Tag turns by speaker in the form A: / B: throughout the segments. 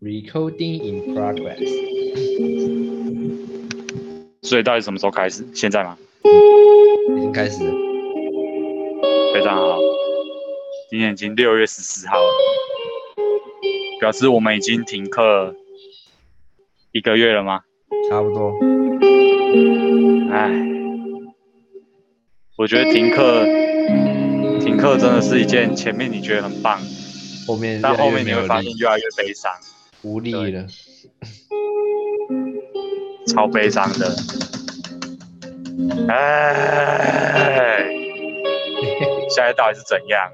A: Recording in progress。
B: 所以到底什么时候开始？现在吗？
A: 已经开始了，
B: 非常好，今天已经六月十四号了，表示我们已经停课一个月了吗？
A: 差不多。
B: 唉，我觉得停课，停课真的是一件前面你觉得很棒，
A: 后面
B: 但
A: 越来
B: 后
A: 越
B: 面
A: 没
B: 你
A: 有
B: 会发
A: 力
B: 现越来越悲伤，
A: 无力
B: 对
A: 了。
B: 超悲伤的。唉，现在到底是怎样？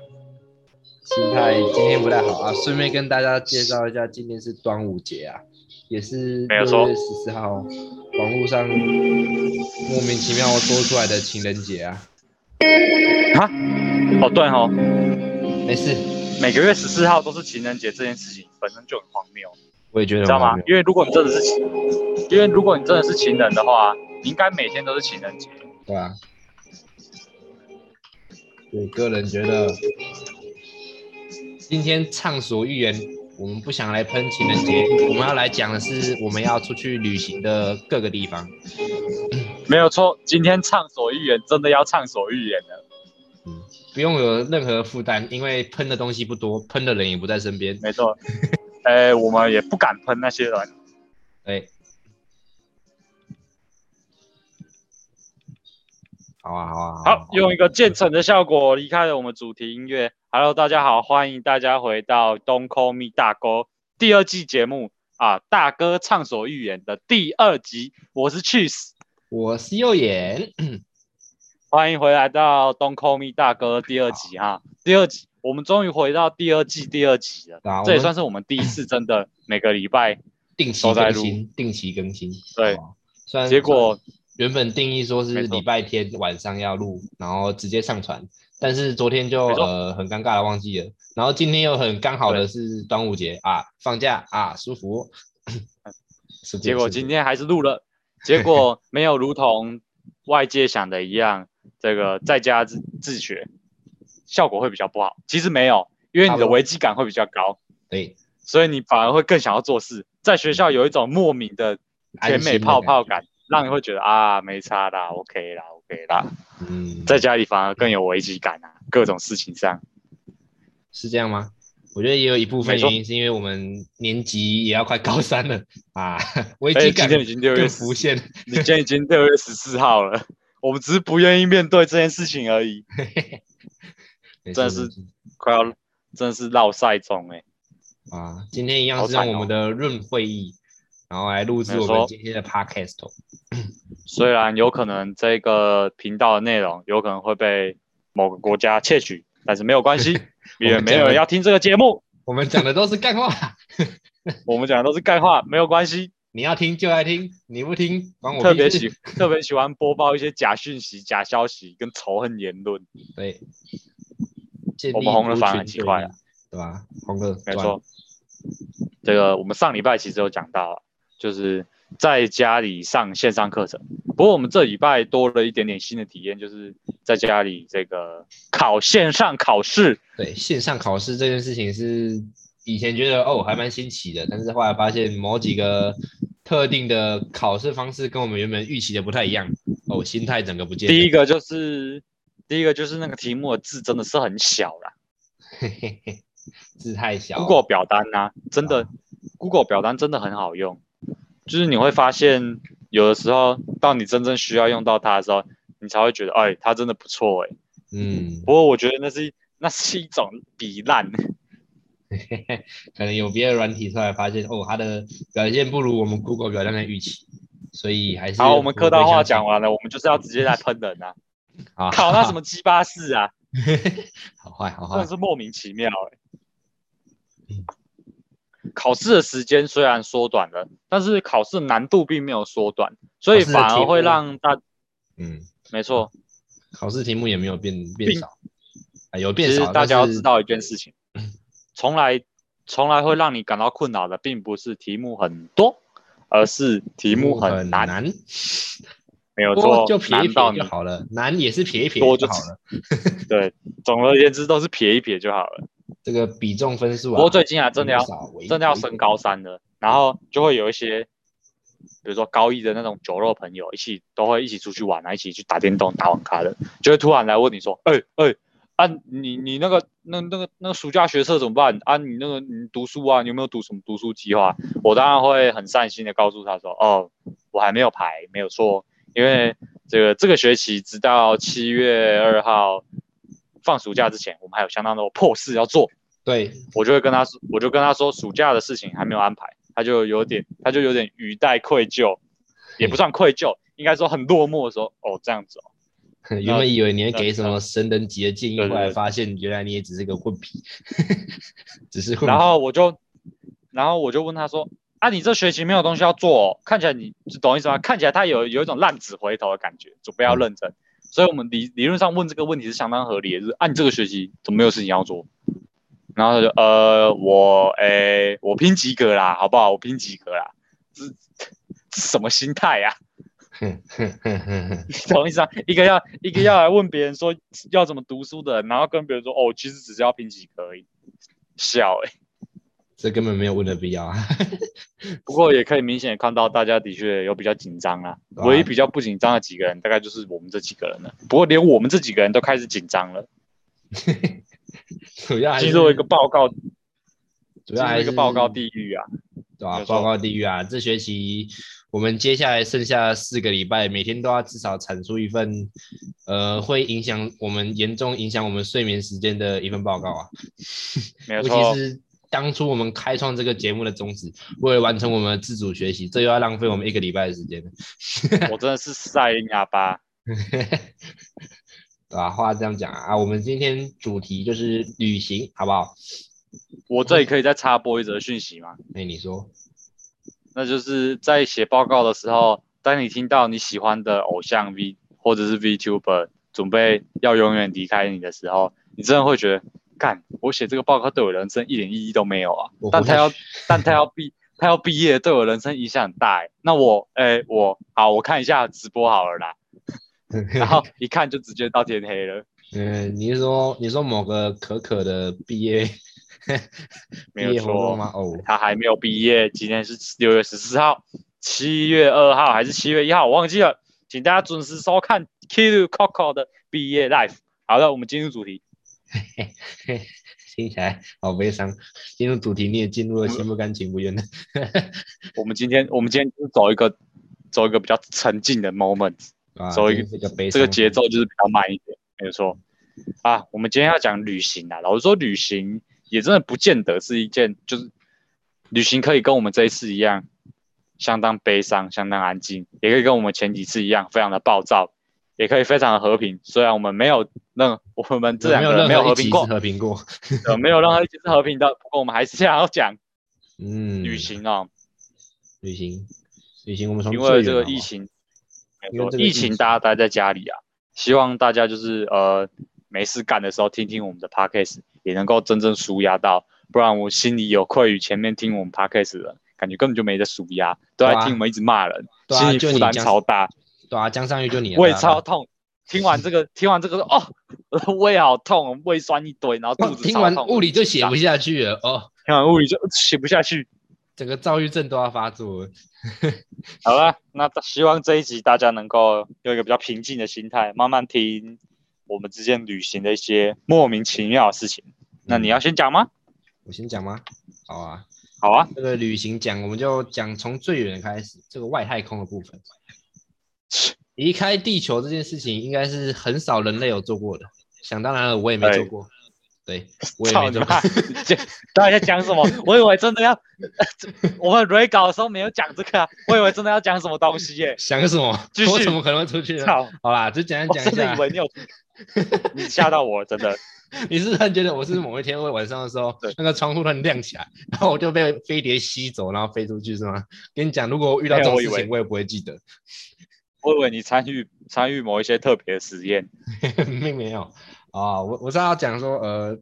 A: 心态今天不太好啊。顺便跟大家介绍一下，今天是端午节啊，也是
B: 没有错
A: 六月十四号，网络上莫名其妙多出来的情人节啊。
B: 啊？哦，对哦，
A: 没事，
B: 每个月十四号都是情人节这件事情本身就很荒谬。
A: 我也觉得
B: 你
A: 很
B: 知道吗
A: 荒谬？
B: 因为如果你真的是情，因为如果你真的是情人的话，你应该每天都是情人节。
A: 对啊。我个人觉得，今天畅所欲言，我们不想来喷情人节，我们要来讲的是我们要出去旅行的各个地方。
B: 没有错，今天畅所欲言，真的要畅所欲言了。
A: 不用有任何负担，因为喷的东西不多，喷的人也不在身边。
B: 没错，哎，我们也不敢喷那些人。
A: 对，好啊，好啊，啊
B: 好，用一个渐层的效果离开了我们主题音乐。Hello，大家好，欢迎大家回到《Don't Call Me 大哥》第二季节目啊，大哥畅所欲言的第二集，我是 Cheese。
A: 我是右眼，
B: 欢迎回来到《Don't Call Me 大哥》第二集哈，第二集我们终于回到第二季第二集了，
A: 啊，
B: 这也
A: 我们
B: 算是我们第一次真的每个礼拜
A: 定期
B: 都在
A: 更
B: 录
A: 新，定期更新。
B: 对
A: 好啊，虽然
B: 结果
A: 原本定义说是
B: 没错
A: 礼拜天晚上要录，然后直接上传，但是昨天就
B: 没错
A: 呃很尴尬的忘记了，然后今天又很刚好的是端午节啊，放假啊，舒 服。舒服
B: 结
A: 舒
B: 果
A: 服
B: 今天还是录了，结果 没有如同外界想的一样，这个在家自自学效果会比较不好。其实没有，因为你的危机感会比较高，
A: 对
B: 所以你反而会更想要做事。在学校有一种莫名的
A: 安
B: 甜
A: 心
B: 美
A: 的
B: 泡
A: 感
B: 泡感，让你会觉得啊没差啦，OK 啦，OK 啦。
A: 嗯，
B: 在家里反而更有危机感啊，各种事情上。
A: 是这样吗？我觉得也有一部分
B: 没错
A: 原因是因为我们年级也要快高三了 啊，危
B: 哎
A: 机
B: 今
A: 感
B: 天已经六月
A: 更
B: 十
A: 浮，现。
B: 你今天已经六月十四号了， 我们只是不愿意面对这件事情而已，
A: 真
B: 真的是快要真的是绕赛中哎、
A: 啊，今天一样
B: 好
A: 是
B: 惨哦
A: 用我们的润会议，然后来录制
B: 没
A: 我们
B: 错
A: 今天的 podcast。，
B: 虽然有可能这个频道的内容有可能会被某个国家窃取，但是没有关系
A: 我们
B: 也没有人要听这个节目，
A: 我们讲的都是干话，
B: 我们讲的都是干话，没有关系。
A: 你要听就来听，你不听管我
B: 特
A: 屁
B: 别
A: 事
B: 喜特别喜欢播报一些假讯息、假消息跟仇恨言论，
A: 对。建
B: 我
A: 立
B: 们红了
A: 族
B: 反而
A: 群
B: 很奇
A: 对
B: 怪
A: 立
B: 啊，
A: 对吧？红了
B: 没
A: 赚
B: 错，，这个我们上礼拜其实有讲到啊，就是在家里上线上课程。不过我们这礼拜多了一点点新的体验，就是在家里这个考线上考试。
A: 对线上考试这件事情是以前觉得哦还蛮新奇的，但是后来发现某几个特定的考试方式跟我们原本预期的不太一样，哦，心态整个不见了。
B: 第一个就是第一个就是那个题目的字真的是很小啦
A: 嘿嘿嘿， 字太小。
B: ，Google 表单呐、真的、Google 表单真的很好用，就是你会发现有的时候到你真正需要用到它的时候，你才会觉得哎，它真的不错哎、
A: 嗯，
B: 不过我觉得那是那是一种比烂。
A: 嘿嘿可能有别的软体出来发现哦，它的表现不如我们 Google 表现的预期，所以还是
B: 好，我们客套话讲
A: 完。
B: 完了，我们就是要直接来喷人啊！
A: 好，
B: 考那什么鸡巴事啊，
A: 好坏好
B: 真
A: 坏
B: 的，是莫名其妙欸
A: 嗯
B: 考试的时间虽然缩短了，但是考试难度并没有缩短，所以
A: 考试的
B: 反
A: 题
B: 而
A: 目
B: 会让大
A: 嗯，
B: 没错，
A: 考试题目也没有变变
B: 并
A: 少，啊，有
B: 其
A: 变
B: 实
A: 少，
B: 大
A: 但
B: 家要
A: 是
B: 知道一件事 情，从来从来会让你感到困扰的，并不是题目很多，而是题目很难，
A: 难
B: 没有
A: 多
B: 错
A: 就，撇一
B: 难到
A: 撇
B: 你
A: 就好了，难也是撇一撇
B: 多
A: 就
B: 就
A: 好了。
B: 对，总而言之都是撇一撇就好了。
A: 这个比重分数啊，
B: 不过最近啊，真的要
A: 少为
B: 真的要
A: 为
B: 升高三了，然后就会有一些，比如说高一的那种酒肉朋友，一起都会一起出去玩啊，一起去打电动、打网咖的，就会突然来问你说，哎、哎、啊，你你那个那那个那个暑假学测怎么办啊？你那个你读书啊，你有没有读什么读书计划？我当然会很善心的告诉他说，哦，我还没有排，没有错，因为这个这个学期直到七月二号放暑假之前，我们还有相当多破事要做。
A: 对，
B: 我就会跟他说，我就跟他说暑假的事情还没有安排，他就有点，他就有点语带愧疚，也不算愧疚，应该说很落寞的说，哦这样子哦，
A: 原本以为你会
B: 那
A: 给什么神等级的建议，
B: 对对
A: 后来
B: 对
A: 发现原来你也只是个混皮，只是混
B: 然
A: 皮
B: 后我就，然后我就问他说，啊你这学期没有东西要做、哦，看起来你懂意思吗？看起来他有有一种浪子回头的感觉，准备要认真，所以我们理理论上问这个问题是相当合理的，就是啊你这个学期怎么没有事情要做？然后他就呃我诶、我拼及格啦，好不好？我拼及格啦，这这什么心态啊呀、 同意思啊？一个要一个要来问别人说要怎么读书的，然后跟别人说哦，其实只是要拼几科而已，笑哎、
A: 这根本没有问的必要啊。
B: 不过也可以明显地看到，大家的确有比较紧张啦。
A: 对啊
B: 唯一比较不紧张的几个人，大概就是我们这几个人了。不过连我们这几个人都开始紧张了。
A: 主要还是
B: 进入一个报告，
A: 哎主
B: 进
A: 要
B: 入
A: 还
B: 一
A: 是
B: 个报告地狱啊！
A: 对吧、
B: 没错
A: 报告地狱啊！这学期我们接下来剩下四个礼拜，每天都要至少产出一份，呃，会影响我们严重影响我们睡眠时间的一份报告啊。
B: 没有
A: 尤其
B: 错，
A: 是当初我们开创这个节目的宗旨，为了完成我们的自主学习，这又要浪费我们一个礼拜的时间，
B: 我真的是塞哑巴。
A: 对吧、话这样讲啊，啊我们今天主题就是旅行，好不好？
B: 我这里可以再插播一则讯息吗？
A: 那哎你说，
B: 那就是在写报告的时候，当你听到你喜欢的偶像 V 或者是 VTuber 准备要永远离开你的时候，你真的会觉得，干，我写这个报告对我人生一点意义都没有啊
A: 我！
B: 但
A: 活
B: 他
A: 下
B: 要
A: 去，
B: 但他要毕，他要毕业，对我人生影响很大、欸。那我，哎、我好，我看一下直播好了 啦，然后一看就直接到天黑了，
A: 嗯，你是说你说某个可可的毕业毕
B: 没有
A: 业活动
B: 错，
A: 吗？哦，
B: 他还没有毕业，今天是六月十四号、七月二号还是七月一号，我忘记了，请大家准时收看 Kill Coco 的毕业 Live。好的，我们进入主题。
A: 听起来好悲伤。进入主题，你也进入了心不甘情不愿的。
B: 我们今天，我们今天就是走一个走一个比较沉静的 moment，
A: 啊，
B: 所以
A: 真是一个悲
B: 这
A: 伤
B: 个节奏就是比较慢一点，没有错。啊，我们今天要讲旅行啊，老实说，旅行也真的不见得是一件，就是旅行可以跟我们这一次一样，相当悲伤，相当安静，也可以跟我们前几次一样，非常的暴躁，也可以非常的和平。虽然我们没有任，我们这两
A: 没
B: 个
A: 有
B: 人
A: 任
B: 没有
A: 何
B: 和
A: 一集
B: 平
A: 是
B: 过，
A: 和平过。
B: 呃没有任何一集是和平的。不过我们还是想要讲
A: 嗯，
B: 旅行哦，
A: 旅行旅行，我们从
B: 因
A: 最
B: 为
A: 远
B: 这个
A: 好不
B: 疫
A: 好
B: 情，没
A: 因为
B: 错，
A: 这个疫
B: 疫
A: 情
B: 情大家待在家里啊，希望大家就是呃没事干的时候听听我们的 podcast，也能够真正舒压到，不然我心里有愧于前面听我们 podcast 的人，感觉根本就没得舒压，都在
A: 对啊
B: 听我们一直骂人，
A: 对啊
B: 心理
A: 就
B: 负
A: 你
B: 担
A: 这样
B: 超大，
A: 对啊，江上玉就你啊
B: 胃
A: 对啊
B: 超痛。听完这个，听完这个说哦， 我的胃好痛，胃酸一堆，然后肚
A: 哇
B: 子
A: 听
B: 超
A: 完
B: 痛。
A: 物理就写不下去了哦，
B: 听完物理就写不下去。
A: 整个躁郁症都要发作了。
B: 好了，那希望这一集大家能够有一个比较平静的心态，慢慢听我们之间旅行的一些莫名其妙的事情。
A: 嗯
B: 那你要先讲吗？
A: 我先讲吗？好啊，
B: 好啊，
A: 这个旅行讲我们就讲从最远开始，这个外太空的部分。离开地球这件事情，应该是很少人类有做过的。想当然了，我也没做过，对我也
B: 操
A: 没
B: 你
A: 做过
B: 妈。！ 这大家讲什么？我以为真的要， 我们 re 稿的时候没有讲这个啊，我以为真的要讲什么东西耶、
A: 想什么
B: 继？续
A: 我怎么可能会出去呢？
B: 操！
A: 好啦，就简单
B: 我
A: 啊讲
B: 真
A: 一
B: 的
A: 下
B: 以。为你 有，你吓到我了，真的。
A: 你是不是突然觉得我是某一天会晚上的时候
B: 对，
A: 那个窗户突然亮起来，然后我就被飞碟吸走，然后飞出去是吗？跟你讲，如果我遇到这种
B: 没有
A: 事
B: 我以
A: 情，
B: 为
A: 我也不会记得，
B: 我以为你参与参与某一些特别的实验，
A: 并没有啊、我我是要讲说，呃，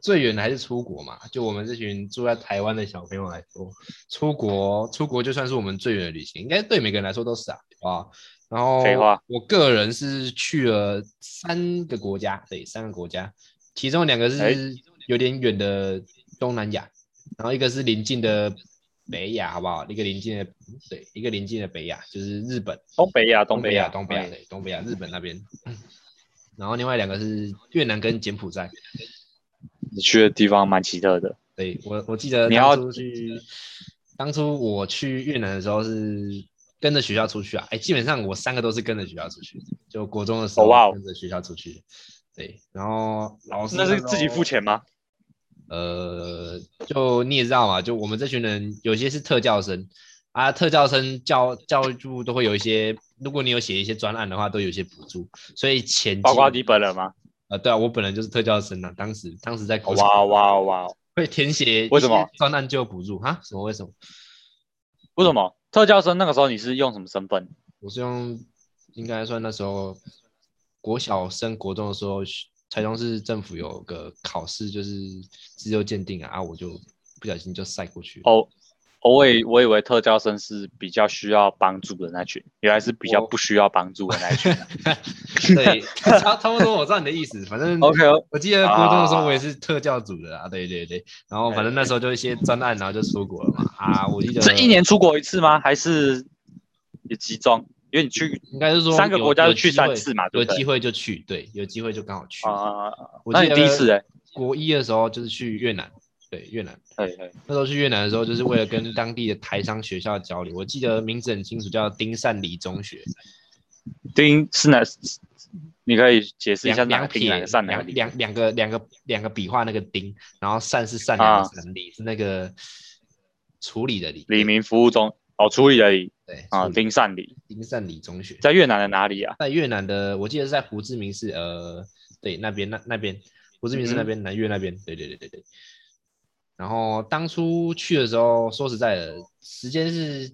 A: 最远的还是出国嘛。就我们这群住在台湾的小朋友来说，出国出国就算是我们最远的旅行，应该对每个人来说都是啊啊。然后
B: 废话
A: 我个人是去了三个国家，对，三个国家，其中两个是、
B: 哎
A: 有点远的东南亚，然后一个是邻近的北亚，好不好？一个邻近的对，一个邻近的北亚就是日本，
B: 东北亚，
A: 东
B: 北啊
A: 亚，
B: 东
A: 东北亚，啊对，东北亚，日本那边。 然后另外两个是越南跟柬埔寨。
B: 你去的地方蛮奇特的，
A: 对我我记得
B: 你要
A: 当初去，当初我去越南的时候是跟着学校出去啊，哎，基本上我三个都是跟着学校出去，就国中的时
B: 哦哇哦
A: 候跟着学校出去，对，然后老师
B: 那是
A: 时候
B: 自己付，钱吗？
A: 呃，就你也知道嘛，就我们这群人有些是特教生啊，特教生教教育部都会有一些，如果你有写一些专案的话，都有一些补助，所以钱
B: 包括
A: 基
B: 你本人吗？
A: 呃，对啊，我本人就是特教生啊，当时当时在国中
B: 哇哇哇！哦
A: 会填写
B: 为什么
A: 一些专案就有补助哈？什么为什么？
B: 为什么特教生那个时候你是用什么身份？
A: 我是用应该算那时候国小升国中的时候，台中市政府有个考试，就是自由鉴定啊，啊我就不小心就赛过去了。
B: 哦，哦我以我以为特教生是比较需要帮助的那群，原来是比较
A: 我
B: 不需要帮助的 那群。
A: 对， 差差不多，我知道你的意思。反正
B: 哦 OK，
A: 我记得国中的时候，
B: 啊哎
A: 我也是特教组的啊，对对对。然后反正那时候就一些专案，然后就出国了嘛。啊，我记得
B: 是一年出国一次吗？还是也集中？因为你去
A: 应该是说
B: 三个
A: 有
B: 国家
A: 有
B: 就去
A: 机会
B: 三次嘛，
A: 有
B: 对不
A: 机
B: 对？
A: 会就去，对，有机会就刚好去。
B: 啊，
A: 我
B: 那
A: 记
B: 你
A: 得
B: 第一次哎，
A: 国一的时候就是去越南，对越南。
B: 对对，
A: 那时候去越南的时候，就是为了跟当地的台商学校交流。我记得名字很清楚，叫丁善里中学。
B: 丁是哪？你可以解释一
A: 两
B: 下
A: 两
B: 哪个丁
A: 撇
B: 哪个善哪个
A: 两
B: 丁？
A: 两两个两个两个笔画那个丁，然后善是善良的善，理是那个处理的理。
B: 啊李明服务中哦，处理而已
A: 对
B: 啊，
A: 处理
B: 丁善礼
A: 丁善里中学
B: 在越南的哪里啊？
A: 在越南的，我记得是在胡志明市，呃，对，那边那那边胡志明市那边、南越那边，对对对对对。然后当初去的时候，说实在的，时间是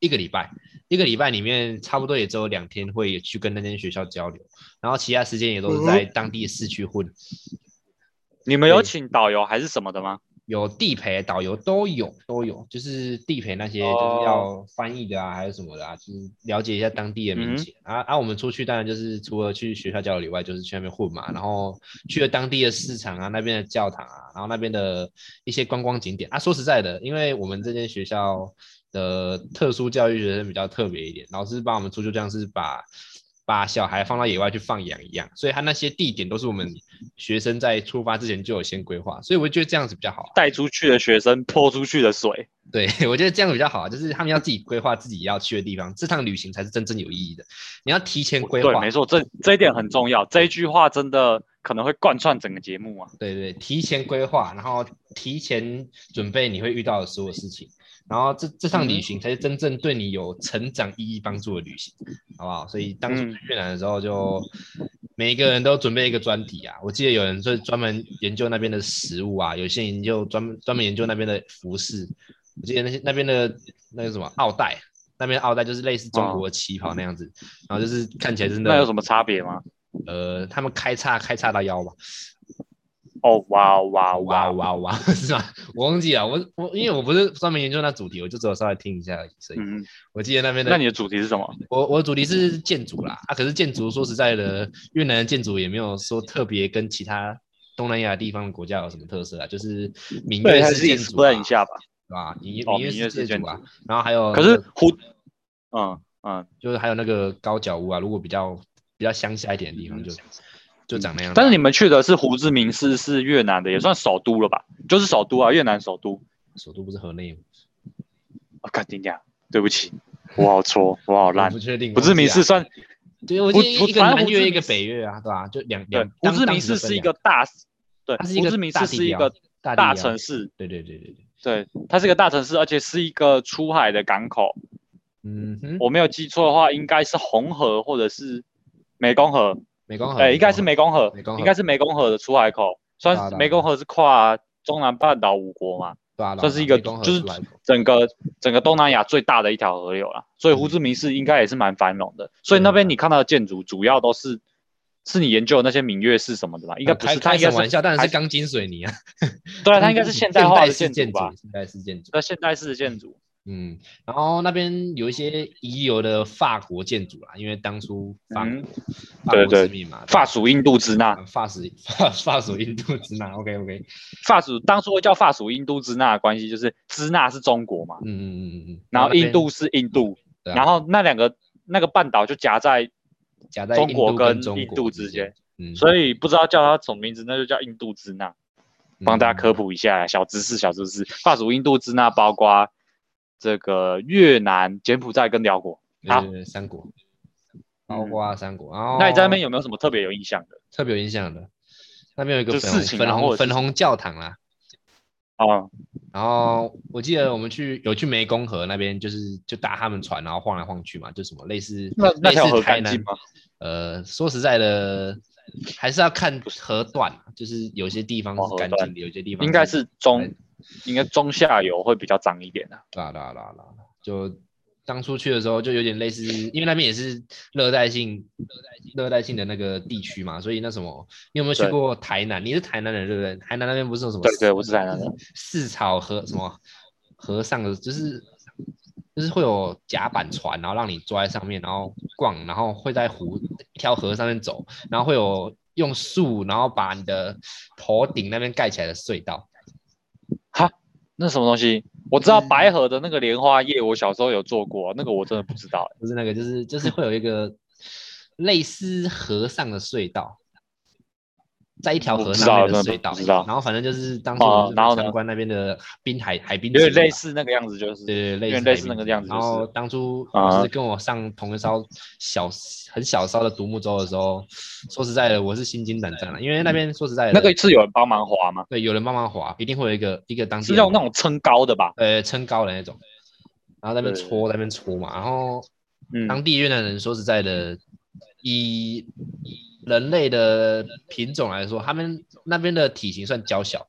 A: 一个礼拜，一个礼拜里面差不多也只有两天会去跟那间学校交流，然后其他时间也都是在当地市区混，
B: 你们有
A: 对
B: 请导游还是什么的吗？
A: 有地陪、导游都有都有，就是地陪那些就是要翻译的啊，还有什么的啊，就是了解一下当地的民情、啊啊。我们出去当然就是除了去学校交流以外，就是去那边混嘛，然后去了当地的市场啊，那边的教堂啊，然后那边的一些观光景点啊。说实在的，因为我们这间学校的特殊教育学生比较特别一点，老师把我们出去这样是把。把小孩放到野外去放养一样，所以他那些地点都是我们学生在出发之前就有先规划，所以我觉得这样子比较好啊、
B: 带出去的学生泼出去的水，
A: 对， 我觉得这样比较好，啊就是他们要自己规划自己要去的地方，这趟旅行才是真正有意义的。你要提前规
B: 对，
A: 划
B: 没，错，这这一点很重要，这一句话真的可能会贯穿整个节目啊。
A: 对对，提前规划，然后提前准备你会遇到的所有事情，然后这
B: 嗯
A: 这趟旅行才是真正对你有成长意义帮助的旅行，好不好？所以当初
B: 嗯
A: 去越南的时候就。每一个人都准备一个专题啊！我记得有人是专门研究那边的食物啊，有些研究专门专门研究那边的服饰。我记得那些那边的那个什么奥黛，那边奥黛就是类似中国的旗袍那样子，然后就是看起来真
B: 哦那有
A: 的
B: 什么差别吗？
A: 呃，他们开叉开叉到腰吧，
B: 哦，哇哇
A: 哇哦
B: 哇！
A: 哇哇， 是吧？我忘记了，我我因为我不是专门研究那主题，我就只有稍微听一下而已，所以
B: 嗯，
A: 我记得那边的
B: 那你的主题是什么？
A: 我我的主题是建筑啦啊，可是建筑说实在的，越南的建筑也没有说特别跟其他东南亚地方的国家有什么特色啊，就是闽
B: 对，
A: 越
B: 还
A: 式
B: 是
A: 建筑啊
B: explain 一，下吧。
A: 对吧？闽
B: 哦
A: 闽
B: 闽越
A: 越
B: 式
A: 式
B: 建
A: 建
B: 筑
A: 筑啊，然后还有
B: 可
A: 那
B: 是
A: 个
B: 胡，嗯嗯，
A: 就是还有那个高脚屋啊，如果比较比较乡下一点的
B: 嗯
A: 地方就就长那样子啊。
B: 但是你们去的是胡志明市，是越南的，也算首都了吧？就是首都啊，越南首都。
A: 首都不是河内吗？
B: 啊，干丁娘，对不起，我好挫，我好
A: 我
B: 烂
A: 不。确定，
B: 胡志明市算
A: 对，我
B: 胡
A: 记得
B: 胡
A: 一个
B: 反正
A: 南
B: 胡
A: 越
B: 志
A: 一个
B: 明市
A: 北越啊，对吧、就两
B: 对
A: 两，
B: 胡
A: 当
B: 志
A: 当
B: 明
A: 时
B: 市
A: 分
B: 是一
A: 两
B: 个大，对，
A: 它是一
B: 胡
A: 个
B: 志明
A: 大
B: 市
A: 地
B: 是一
A: 标
B: 个
A: 大
B: 大
A: 地啊
B: 城，市，
A: 对对对对对，
B: 对，它是一个大城市，而且是一个出海的港口。
A: 嗯哼，
B: 我没有记错的话，应该是红河或者是湄公河，
A: 湄公河，
B: 哎，应该是
A: 湄
B: 湄公河
A: 湄公，河
B: 应该是湄公河的出海口。算是
A: 对啊对啊
B: 湄公河是跨中南半岛五国嘛，
A: 公河，
B: 这
A: 这
B: 是一个就是整个整个东南亚最大的一条河流啦，所以胡志明市应该也是蛮繁荣的。所以那
A: 啊
B: 边你看到的建筑主要都是是你研究的那些闽越式什么的吧？应该不是，
A: 呃
B: 它
A: 开
B: 应该
A: 什
B: 是
A: 么玩笑，当然
B: 还
A: 是钢筋水泥啊，
B: 对啊，它应该是现代化的
A: 式
B: 建筑
A: 建
B: 吧？
A: 筑，现代式建筑，
B: 那现代式的建筑，
A: 嗯，然后那边有一些遗留的法国建筑啦，因为当初法、
B: 嗯
A: 法
B: 对
A: 国
B: 对
A: 殖民嘛，
B: 法属印度支那，
A: 啊法属 法法属印度支那，OK OK，
B: 法属当初会叫法属印度支那的关系就是支那是中国嘛，
A: 嗯嗯嗯嗯嗯，
B: 然后
A: 那边
B: 印度是印度，
A: 对啊
B: 然后那两个那个半岛就夹在，
A: 夹在
B: 中
A: 印
B: 国
A: 度
B: 跟
A: 跟中
B: 印
A: 国
B: 度之间，
A: 嗯，
B: 所以不知道叫它什么名字，那就叫印度支那。
A: 嗯
B: 帮大家科普一下小知识，小知识。法属印度支那包括这个越南、柬埔寨跟辽国。好
A: 就是三国，包括三国，然后
B: 那你在那边有没有什么特别有印象的？
A: 特别有印象的，那边有一个
B: 就
A: 粉红
B: 事情啊
A: 粉
B: 或
A: 红
B: 者是
A: 粉红教堂啦，
B: 哦，
A: 然后我记得我们去有去湄公河那边，就是就搭他们船，然后晃来晃去嘛，就什么类似
B: 那那
A: 类
B: 条
A: 似
B: 河
A: 台
B: 干
A: 南
B: 净吗？
A: 呃，说实在的，还是要看河段啊，就是有些地方
B: 哦
A: 是
B: 河
A: 干
B: 段
A: 净的，有些地方
B: 应该
A: 是
B: 是中，应该中下游会比较脏一点的、啊
A: 啦啦啦啦，啊就当初去的时候就有点类似，因为那边也是热带性热带性热带性的那个地区嘛，所以那什么，你有没有去
B: 对
A: 过台南？你是台南人对不对？台南那边不是有什么
B: 对对我是台南人，
A: 四草和什么和尚的，就是。就是会有甲板船，然后让你坐在上面，然后逛，然后会在湖一条河上面走，然后会有用树，然后把你的头顶那边盖起来的隧道。
B: 那什么东西？我知道
A: 嗯
B: 白河的那个莲花叶，我小时候有做过，那个我真的不知道、欸
A: 不是那个，就是就是会有一个类似河上的隧道，在一条河上面的隧道
B: 我不知道真的不知道，
A: 然后反正就是当初
B: 哦
A: 我们是
B: 然后呢
A: 参观那边的滨海海滨，
B: 有点类，似那个样子，就是
A: 嗯对对，类
B: 有
A: 似
B: 点类
A: 海
B: 似那
A: 滨
B: 个样子，
A: 然
B: 就
A: 后
B: 是
A: 当初
B: 啊
A: 就是跟我上同一艘小很小艘的独木舟的时候，说实在的，我是心惊胆战了，啊因为那边说实在的，
B: 嗯那个是有人帮忙划吗？
A: 对有人帮忙划，一定会有一个一个当地
B: 是
A: 人
B: 用那种撑高的吧？
A: 呃撑高的那种，然后在那边
B: 对对
A: 搓在那边搓嘛，然后
B: 嗯，
A: 当地越南人说实在的，以人类的品种来说，他们那边的体型算娇小。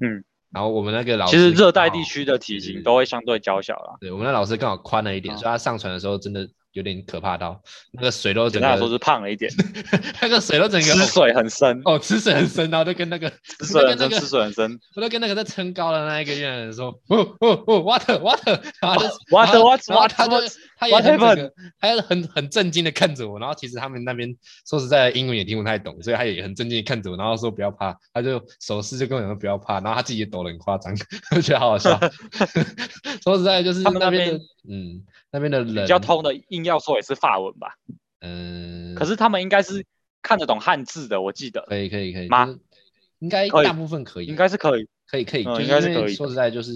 B: 嗯，
A: 然后我们那个老师
B: 其实热带
A: 刚
B: 地
A: 好，
B: 区的体
A: 对对
B: 型
A: 对
B: 都会相对较小啦。
A: 对我们那老师刚好宽了一点，
B: 啊
A: 所以他上船的时候真的有点可怕到，那个水都整
B: 简单来说
A: 个，
B: 是胖了一 点，
A: 那个水都整个
B: 吃水很深，
A: 哦，吃水很深，然后就跟那个，
B: 吃水
A: 那
B: 很深，
A: 个
B: 吃水很 深。
A: 我就跟那个在撑高的那一个越南人说，哦哦哦，water water，然后他就
B: 我
A: 然
B: 的
A: 后
B: 我
A: 然后
B: 我
A: 他就他也
B: What
A: 很整
B: happened？
A: 个，他也很很震惊的看着我，然后其实他们那边说实在英文也听不太懂，所以他也很震惊的看着我，然后说不要怕，他就手势就跟我讲说不要怕，然后他自己也抖得很夸张， 我觉得好好 笑。 说实在就是
B: 他们那
A: 边
B: 边
A: 的嗯那边的人
B: 比较通的，硬要说也是法文吧。
A: 嗯，
B: 可是他们应该是看得懂汉字的，我记得
A: 可以可以可以
B: 吗
A: 就是应该
B: 可以
A: 大部分可以啊，
B: 应该是可以。
A: 可以可以，
B: 嗯
A: 就
B: 应该
A: 是
B: 是
A: 因
B: 可
A: 为
B: 以
A: 说实在就是。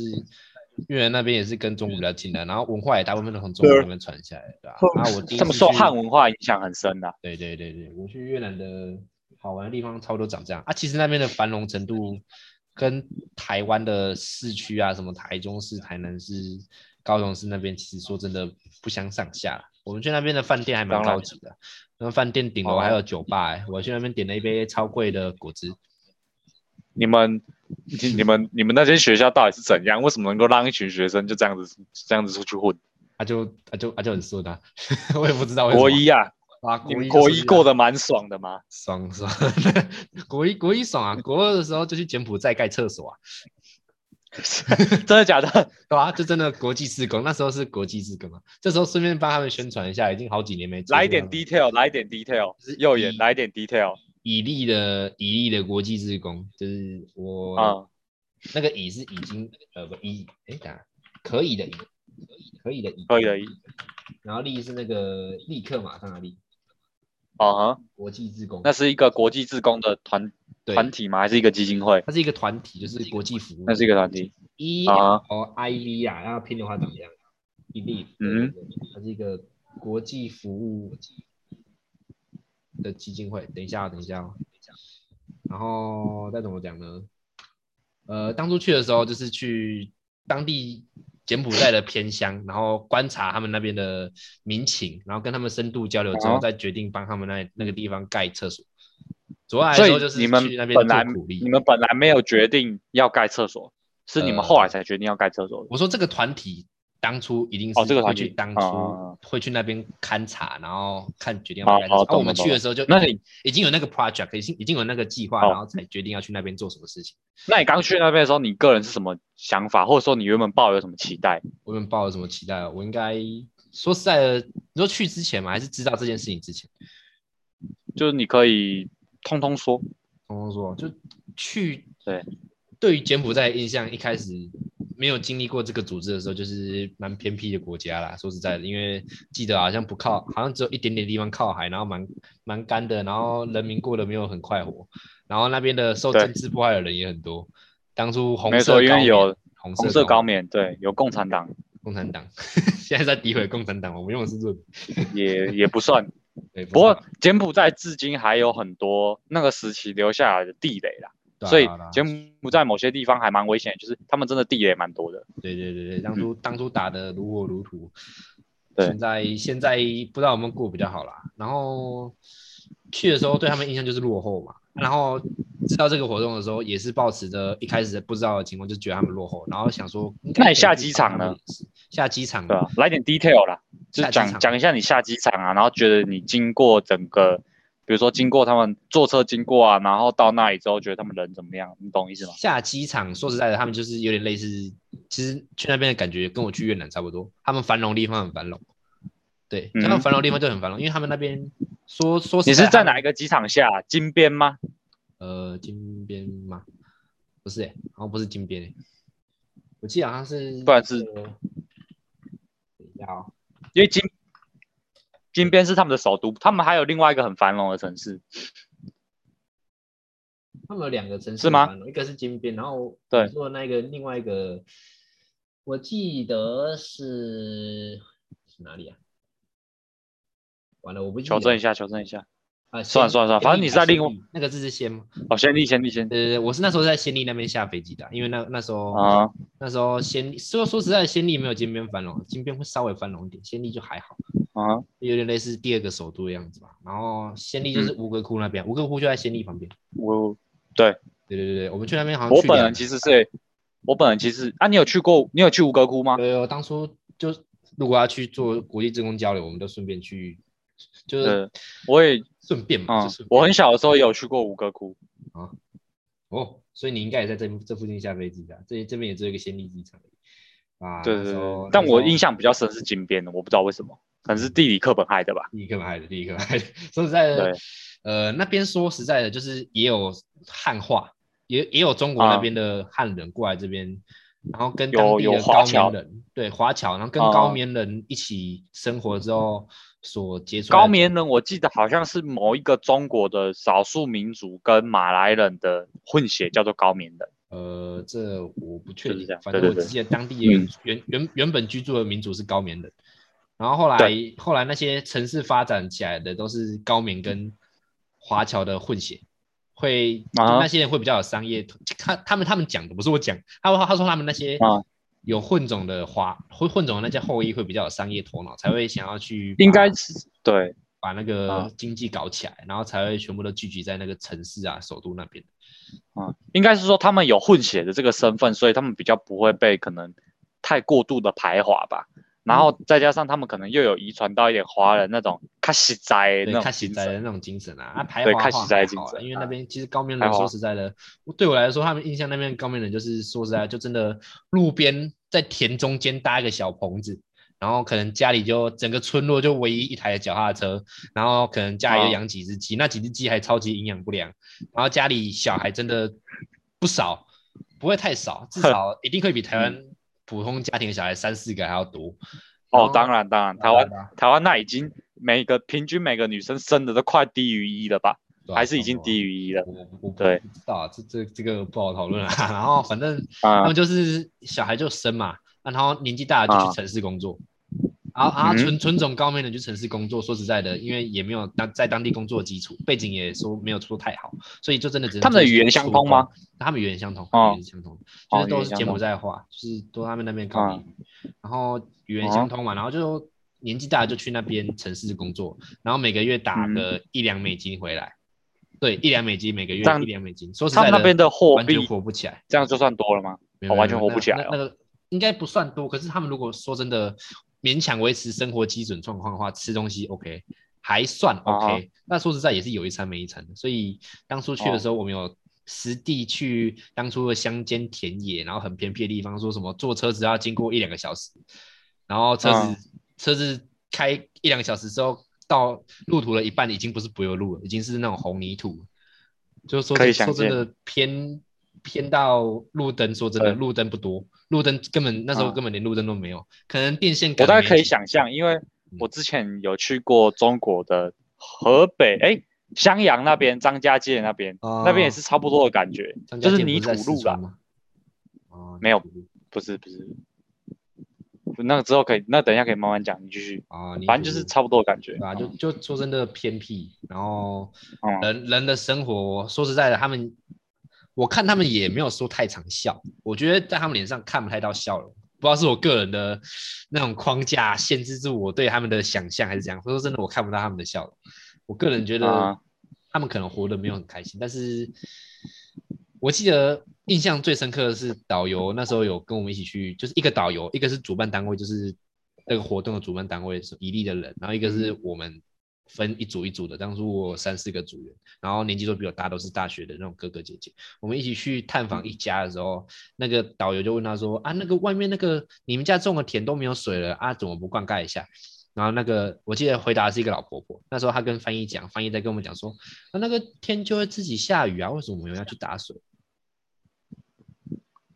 A: 越南那边也是跟中国比较近的，然后文化也大部分都从中国
B: 对
A: 那边传下来的、对吧？啊，我第一
B: 嗯他们
A: 次
B: 受
A: 去
B: 汉文化影响很深啊的。
A: 对对对对，我去越南的好玩的地方差不多长这样啊。其实那边的繁荣程度跟台湾的市区啊，什么台中市、台南市、高雄市那边，其实说真的不相上下啦。我们去那边的饭店还蛮
B: 当然
A: 高级的，那饭店顶楼
B: 哦
A: 还有酒吧、欸，我去那边点了一杯超贵的果汁。
B: 你们、你你们、你们那间学校到底是怎样？为什么能够让一群学生就这样子、这样子出去混？
A: 啊就啊就啊就很顺啊， 我也不知道为什么
B: 国一啊，
A: 啊
B: 你
A: 国
B: 们
A: 一
B: 国一过
A: 的
B: 得蛮爽的 嘛。
A: 爽爽， 国一国一爽啊！国二的时候就去柬埔寨盖厕所啊，
B: 真的假的？
A: 对啊，就真的国际职工，那时候是国际职工啊。这时候顺便帮他们宣传一下，已经好几年没接触
B: 来一点
A: 他们
B: detail，来一点 detail，
A: 就是
B: 右
A: 一
B: 眼来一点 detail
A: 以利的以利的国际职工，就是我、
B: 啊、
A: 那个以是已经呃不以哎等下可以的以可以的以
B: 可以的。
A: 然后利是那个立刻马上的利，
B: 啊哈，
A: 国际职工，
B: 那是一个国际志工的团
A: 对，
B: 团体吗？还是一个基金会？
A: 它是一个团体，就是国际服务，
B: 那是一个团体。
A: E
B: 啊
A: L I V 啊，要拼的话长这样一粒，对，对
B: 嗯
A: 对它是一个国际服务的基金会。等一下哦、等一下、哦，然后再怎么讲呢？呃，当初去的时候就是去当地柬埔寨的偏乡，然后观察他们那边的民情，然后跟他们深度交流之后，
B: 哦
A: 再决定帮他们那那个地方盖厕所。主要来
B: 所
A: 说就是
B: 以你们
A: 去那边
B: 本来
A: 做苦力
B: 你们本来没有决定要盖厕所，是你们
A: 呃
B: 后来才决定要盖厕所的。
A: 我说这个团体当初一定
B: 哦
A: 是
B: 这个
A: 会
B: 团
A: 去
B: 体
A: 当
B: 哦
A: 初会去那边勘察，然后看决定要不要
B: 哦
A: 干什么。啊
B: 哦
A: 我
B: 懂
A: 们
B: 了
A: 去的时候就
B: 那
A: 已
B: 你
A: 经已经有那个 project，已经已经有那个计划，
B: 哦
A: 然后才决定要去那边做什么事情。
B: 那你刚去那边的时候，你个人是什么想法，或者说你原本抱有什么期待？
A: 我们抱有什么期待啊？我应该说实在的，你说去之前嘛，还是知道这件事情之前，
B: 就是你可以通通说。
A: 通通说就去
B: 嗯对。
A: 对于柬埔寨的印象，一开始没有经历过这个组织的时候，就是蛮偏僻的国家啦。说实在的，因为记得好像不靠，好像只有一点点地方靠海，然后蛮蛮干的，然后人民过得没有很快活，然后那边的受
B: 对
A: 政治迫害的人也很多。当初红
B: 没
A: 色
B: 错，因
A: 高
B: 为
A: 棉
B: 有
A: 红
B: 红
A: 色
B: 色高
A: 棉
B: 棉，对，有共产 党，
A: 共产党，现在在诋毁共产党，我们用的是论
B: 也也不算。
A: 对，啊
B: 不过柬埔寨至今还有很多那个时期留下来的地雷啦，
A: 对啊
B: 所以
A: 对啊
B: 柬埔寨某些地方还蛮危险的，就是他们真的地雷蛮多的。
A: 对对对对，当初当初打的如火如荼，
B: 嗯对
A: 现在现在不知道有没有过比较好啦。然后去的时候对他们印象就是落后嘛，然后知道这个活动的时候也是抱持着一开始不知道的情况，就觉得他们落后，然后想说，应该
B: 那你下
A: 可以去
B: 机
A: 帮他
B: 场
A: 们
B: 呢
A: 也是？下机场
B: 对啊，来点 detail 啦，就
A: 下
B: 是
A: 机
B: 讲
A: 场
B: 讲一下你下机场啊，然后觉得你经过整个，比如说经过他们坐车经过啊，然后到那里之后觉得他们人怎么样，你懂意思吗？
A: 下机场，说实在的，他们就是有点类似，其实去那边的感觉跟我去越南差不多。他们繁荣的地方很繁荣，对，
B: 嗯
A: 他们繁荣的地方就很繁荣，因为他们那边说说实
B: 你是
A: 他
B: 在
A: 们
B: 哪一个机场下？金边吗？
A: 呃，金边吗？不是、欸，好像不是金边、欸，我记得好像是，
B: 不然是
A: 呃等一下哦，
B: 因为金金边是他们的首都，他们还有另外一个很繁荣的城市，
A: 他们有两个城市
B: 是吗
A: 繁荣？一个是金边，然后
B: 对
A: 你说的那个另外一个，我记得是是哪里啊？完了，我不记得
B: 求证一下，求证一下。
A: 啊，
B: 算了
A: 暹
B: 算了算了，
A: 暹
B: 反正
A: 粒
B: 你
A: 吧
B: 是在
A: 暹
B: 另外
A: 粒那个字是暹吗？
B: 哦，先立先立先
A: 呃，我是那时候在暹粒那边下飞机的啊，因为那那时候
B: 啊，
A: 那时候暹说说实在，暹粒没有金边繁荣，金边会稍微繁荣一点，暹粒就还好。
B: 啊，
A: 有点类似第二个首都的样子吧。然后暹
B: 嗯
A: 粒就是吴哥窟那边，吴、哥窟就在暹粒旁边。
B: 我
A: 对对对对，我们去那边好像
B: 我
A: 去
B: 本
A: 两
B: 人其实是，我本人其实啊，你有去过，你有去吴哥窟吗？
A: 对，我当初就如果要去做国际职工交流，我们就顺便去，就是
B: 对，我也
A: 顺便嘛，
B: 啊
A: 就，顺便
B: 我很小的时候也有去过吴哥窟，
A: 哦，所以你应该也在这这附近下飞机的啊，这这边也只有一个暹粒机场而已啊。
B: 对
A: 那
B: 对
A: 时候
B: 对，但我印
A: 象
B: 象比较深是金边的，我不知道为什么，可能是地理课本害的吧。
A: 第一个买的，第一个买的。说实在的
B: 啊对，
A: 呃，那边说实在的，就是也有汉化，也也有中国那边的汉人过来这边，然后跟当地
B: 啊有有
A: 的
B: 华
A: 高
B: 侨
A: 棉人，对华侨，然后跟
B: 啊
A: 高棉人一起生活之后所结出来的
B: 高棉人，我记得好像是某一个中国的少数民族跟马来人的混血，叫做高棉人。
A: 呃，这我不确
B: 就是
A: 定
B: 这样，
A: 反正
B: 对
A: 我
B: 对对嗯
A: 只记得当地的原原原原本居住的民族是高棉人，然后后来后来那些城市发展起来的都是高棉跟华侨的混血，会就
B: 啊
A: 那些人会比较有商业，他他们他们讲的不是我讲，他他说他们那些
B: 啊
A: 有混种的华混混种的那些后裔会比较有商业头脑，才会想要去
B: 应
A: 把
B: 该是对，
A: 把那个
B: 啊
A: 经济搞起来，然后才会全部都聚集在那个城市啊首都那边。
B: 啊，应该是说他们有混血的这个身份，所以他们比较不会被可能太过度的排华吧。
A: 嗯
B: 然后再加上他们可能又有遗传到一点华人那种卡西斋那
A: 对，
B: 种
A: 看喜
B: 精
A: 宅的
B: 神，嗯
A: 那种精神啊，啊，排
B: 对
A: 华
B: 看
A: 话
B: 喜宅
A: 还
B: 的精
A: 好啊
B: 神
A: 因为
B: 啊
A: 那边其实高面
B: 排
A: 人说
B: 华
A: 实在的，对我来说，他们印象那边高面人就是说实在的，就真的路边在田中间搭一个小棚子，然后可能家里就整个村落就唯一一台脚踏车，然后可能家里就
B: 啊
A: 养几只鸡，那几只鸡还超级营养不良，然后家里小孩真的不少，不会太少，至少一定会比台
B: 嗯
A: 湾普通家庭的小孩三四个还要多。啊
B: 哦，当然当然，台湾
A: 然
B: 台湾那已经每个平均每个女生生的都快低于一了吧，
A: 对啊
B: 还是已
A: 差
B: 经
A: 不多啊
B: 低于一了
A: 我我不
B: 对
A: 不知道啊，这这这个不好讨论啊。 然后反正他
B: 啊
A: 们就是小孩就生嘛，啊然后年纪大了就
B: 啊
A: 去城市工作，然后然后
B: 嗯
A: 纯纯种高妹的去城市工作。说实在的，因为也没有当在当地工作的基础，背景也说没有说太好，所以就真的只能
B: 他们的
A: 做
B: 语言相通吗
A: 出工？他们语言相通，
B: 哦
A: 语言相通，就
B: 哦
A: 是
B: 语
A: 都
B: 言
A: 是
B: 相
A: 柬埔
B: 通
A: 寨话，就是都他们那边高地
B: 啊
A: 语，然后语言相通嘛，然后就年纪大了就去那边城市工作，然后每个月打
B: 嗯
A: 个一两美金回来。对，一两美金每个月
B: 这样
A: 一两美金，说实
B: 他
A: 在
B: 们
A: 的，
B: 那边的货
A: 完全
B: 币
A: 活不起来，
B: 这样就算多了吗？
A: 没有
B: 哦完全活不
A: 没有
B: 起来
A: 那
B: 哦
A: 那那个应该不算多，可是他们如果说真的勉强维持生活基准状况的话，吃东西 OK 还算 OK、
B: 啊
A: 那说实在也是有一餐没一餐的，所以当初去的
B: 哦
A: 时候我们有。实地去当初的乡间田野，然后很偏僻的地方，说什么坐车子要经过一两个小时，然后车子、
B: 嗯
A: 车子开一两个小时之后，到路途的一半已经不是柏油路了，已经是那种红泥土，就是说
B: 可以想
A: 说
B: 见
A: 真的偏偏到路灯，说真的
B: 对
A: 路灯不多，路灯根本那时候
B: 嗯
A: 根本连路灯都没有，可能电线
B: 我
A: 杆
B: 大概
A: 没
B: 可以
A: 几
B: 想象，因为我之前有去过中国的河北，
A: 嗯
B: 哎、襄阳那边张家界那边，
A: 哦
B: 那边也是差不多的感觉，
A: 张家
B: 就是
A: 界不
B: 泥
A: 在
B: 土
A: 四
B: 路
A: 川
B: 啦。
A: 吗？哦，
B: 没有
A: 泥土路
B: 不是不是，那个之后可以，那等一下可以慢慢讲，你继续。
A: 哦，泥
B: 反正
A: 土
B: 就是
A: 路
B: 差不多的感觉
A: 对。吧、就就说真的偏僻，然后
B: 嗯
A: 人、人的生活，说实在的，他们我看他们也没有说太常笑，我觉得在他们脸上看不太到笑容，不知道是我个人的那种框架限制住我对他们的想象，还是怎样。说真的，我看不到他们的笑容。我个人觉得
B: 啊
A: 他们可能活得没有很开心，但是我记得印象最深刻的是导游那时候有跟我们一起去，就是一个导游，一个是主办单位，就是那个活动的主办单位是一例的人，然后一个是我们分一组一组的，当初我有三四个组员，然后年纪都比我大，都是大学的那种哥哥姐姐。我们一起去探访一家的时候，那个导游就问他说：“啊，那个外面那个你们家种的田都没有水了啊，怎么不灌溉一下？”然后那个我记得回答是一个老婆婆，那时候她跟翻译讲，翻译在跟我们讲说，啊那个天就会自己下雨啊，为什么我们要去打水？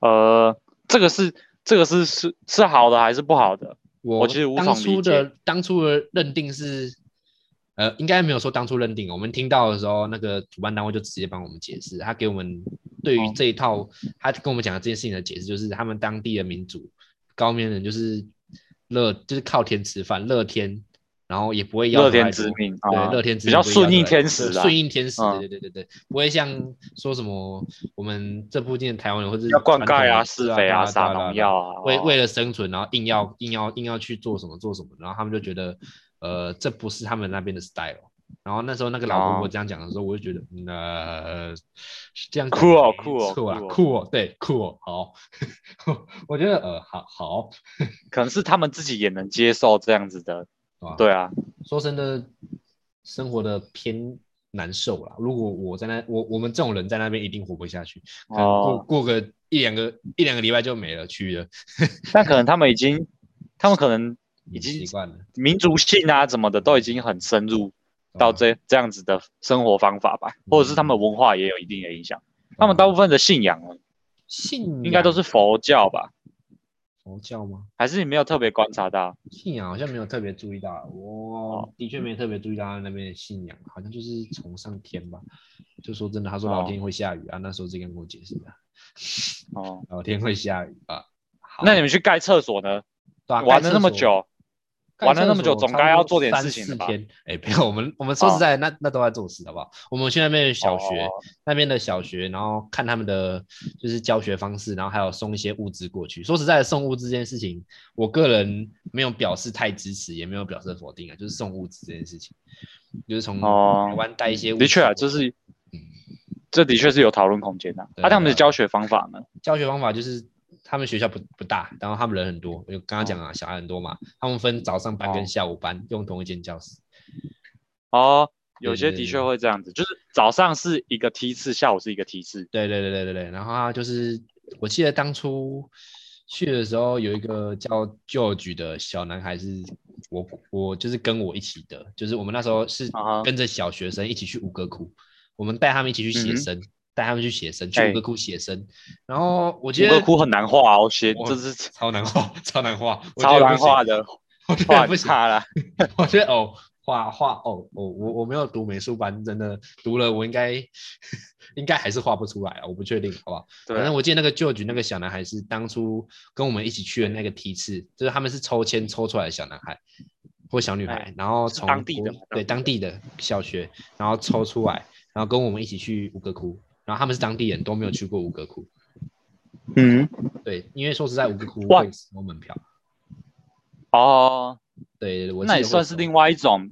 B: 呃，这个是这个是是是好的还是不好的？
A: 我
B: 我其实无
A: 当
B: 从
A: 初
B: 理
A: 的当初的认定是，呃，应该没有说当初认定，我们听到的时候，那个主办单位就直接帮我们解释，他给我们对于
B: 哦
A: 这一套，他跟我们讲的这件事情的解释，就是他们当地的民族高棉人就是乐，就是靠天吃饭，乐天，然后也不会要
B: 乐
A: 求
B: 天
A: 太
B: 之
A: 多
B: 命
A: 对，
B: 啊，
A: 乐天之
B: 比较
A: 不会要
B: 顺应
A: 求太
B: 天时
A: 对
B: 啦，
A: 顺应天时，
B: 嗯
A: 对对对对，不会像说什么我们这附近的台湾人或者
B: 要灌溉
A: 啊、
B: 啊、
A: 是
B: 施肥
A: 啊、对
B: 撒
A: 对啊对啊
B: 农药啊。
A: 为
B: 哦
A: 为了生存，然后硬要硬要硬要去做什么做什么，然后他们就觉得，呃，这不是他们那边的 style。然后那时候那个老婆婆
B: 哦
A: 这样讲的时候，我就觉得，嗯呃，是这样
B: 酷哦
A: 讲
B: 酷
A: 没
B: 哦
A: 错啊
B: 酷哦
A: 酷哦，对酷哦，好， 我觉得呃好好，
B: 可能是他们自己也能接受这样子的，
A: 对吧
B: 对啊，
A: 说真的，生活的偏难受啦。如果我在那，我我们这种人在那边一定活不下去，可能过、
B: 哦，
A: 过个一两个一两个礼拜就没了，去了，
B: 但可能他们已经，他们可能已
A: 嗯习
B: 经
A: 惯了。
B: 民族性啊怎么的都已经很深入到
A: 对吧，
B: 这这样子的生活方法吧，
A: 嗯
B: 或者是他们文化也有一定的影响。他们大
A: 都
B: 部分的信仰哦
A: 信
B: 应该都
A: 仰
B: 是佛教吧，
A: 佛教吗？
B: 还是你没有特别观察到？
A: 信仰好像没有特别注意到，我
B: 哦
A: 的确没特别注意到他那边的信仰，好像就是崇尚天吧。就说真的，他说老天会下雨啊，那时候这个跟我解释的，
B: 哦，
A: 老天会下雨啊。好
B: 那你们去盖厕所呢？
A: 对啊
B: 玩
A: 盖
B: 了
A: 厕
B: 那么
A: 所
B: 久，
A: 盖
B: 玩了那么
A: 厕所
B: 久总
A: 差
B: 该
A: 不
B: 要
A: 多
B: 做点
A: 三
B: 事情
A: 四
B: 了吧
A: 天， 哎，没有，我们我们说实
B: 哦
A: 在的，那那都在做事，好不好？我们去那边的小学，
B: 哦
A: 那边的小学，然后看他们的就是教学方式，然后还有送一些物资过去。说实在的，送物资这件事情，我个人没有表示太支持，也没有表示否定啊，就是送物资这件事情，就是从
B: 哦
A: 台湾带一些物资过
B: 的
A: 去。
B: 确啊，就是这的确是有讨论空间的、啊。
A: 对
B: 他们的
A: 对
B: 教学方法呢？
A: 教学方法就是他们学校不不大，然后他们人很多，我就刚刚讲啊，小孩很多嘛，他们分早上班跟
B: 哦
A: 下午班，用同一间教室。
B: 哦，
A: 对
B: 有
A: 对
B: 些
A: 对
B: 的
A: 对
B: 确会这样子，就是早上是一个梯次，下午是一个梯次。
A: 对对对对对对，然后他就是，我记得当初去的时候，有一个叫 George 的小男孩是我我就是跟我一起的，就是我们那时候是
B: 啊哈
A: 跟着小学生一起去五哥窟，我们带他们一起去写
B: 嗯哼
A: 生，带他们去写生，去
B: 哎
A: 五哥窟写生，然后我觉
B: 五个
A: 得
B: 窟很难画、啊，我学
A: 我
B: 这是
A: 超难画，超难画，我觉
B: 超
A: 得
B: 难
A: 不行
B: 画，的，
A: 我觉
B: 画
A: 得不
B: 很
A: 行，
B: 差啦。
A: 我觉得哦，画画哦，我我我没有读美术班，真的读了我应该 应该还是画不出来啊了，我不确定，好不好？
B: 对
A: 反正我记得那个 George 那个小男孩是当初跟我们一起去的那个梯次，就是他们是抽签抽出来的小男孩或小女孩，
B: 哎
A: 然后
B: 是
A: 从
B: 当地的
A: 国
B: 嘛
A: 对当
B: 当
A: 地的小学，然后抽出来，然后跟我们一起去五哥窟，然后他们是当地人都没有去过五哥窟，
B: 嗯，
A: 对，因为说实在五哥窟
B: 哇
A: 会收门票，
B: 哦，
A: 对，我记
B: 那
A: 得
B: 也
A: 会
B: 算是
A: 收
B: 另外一种，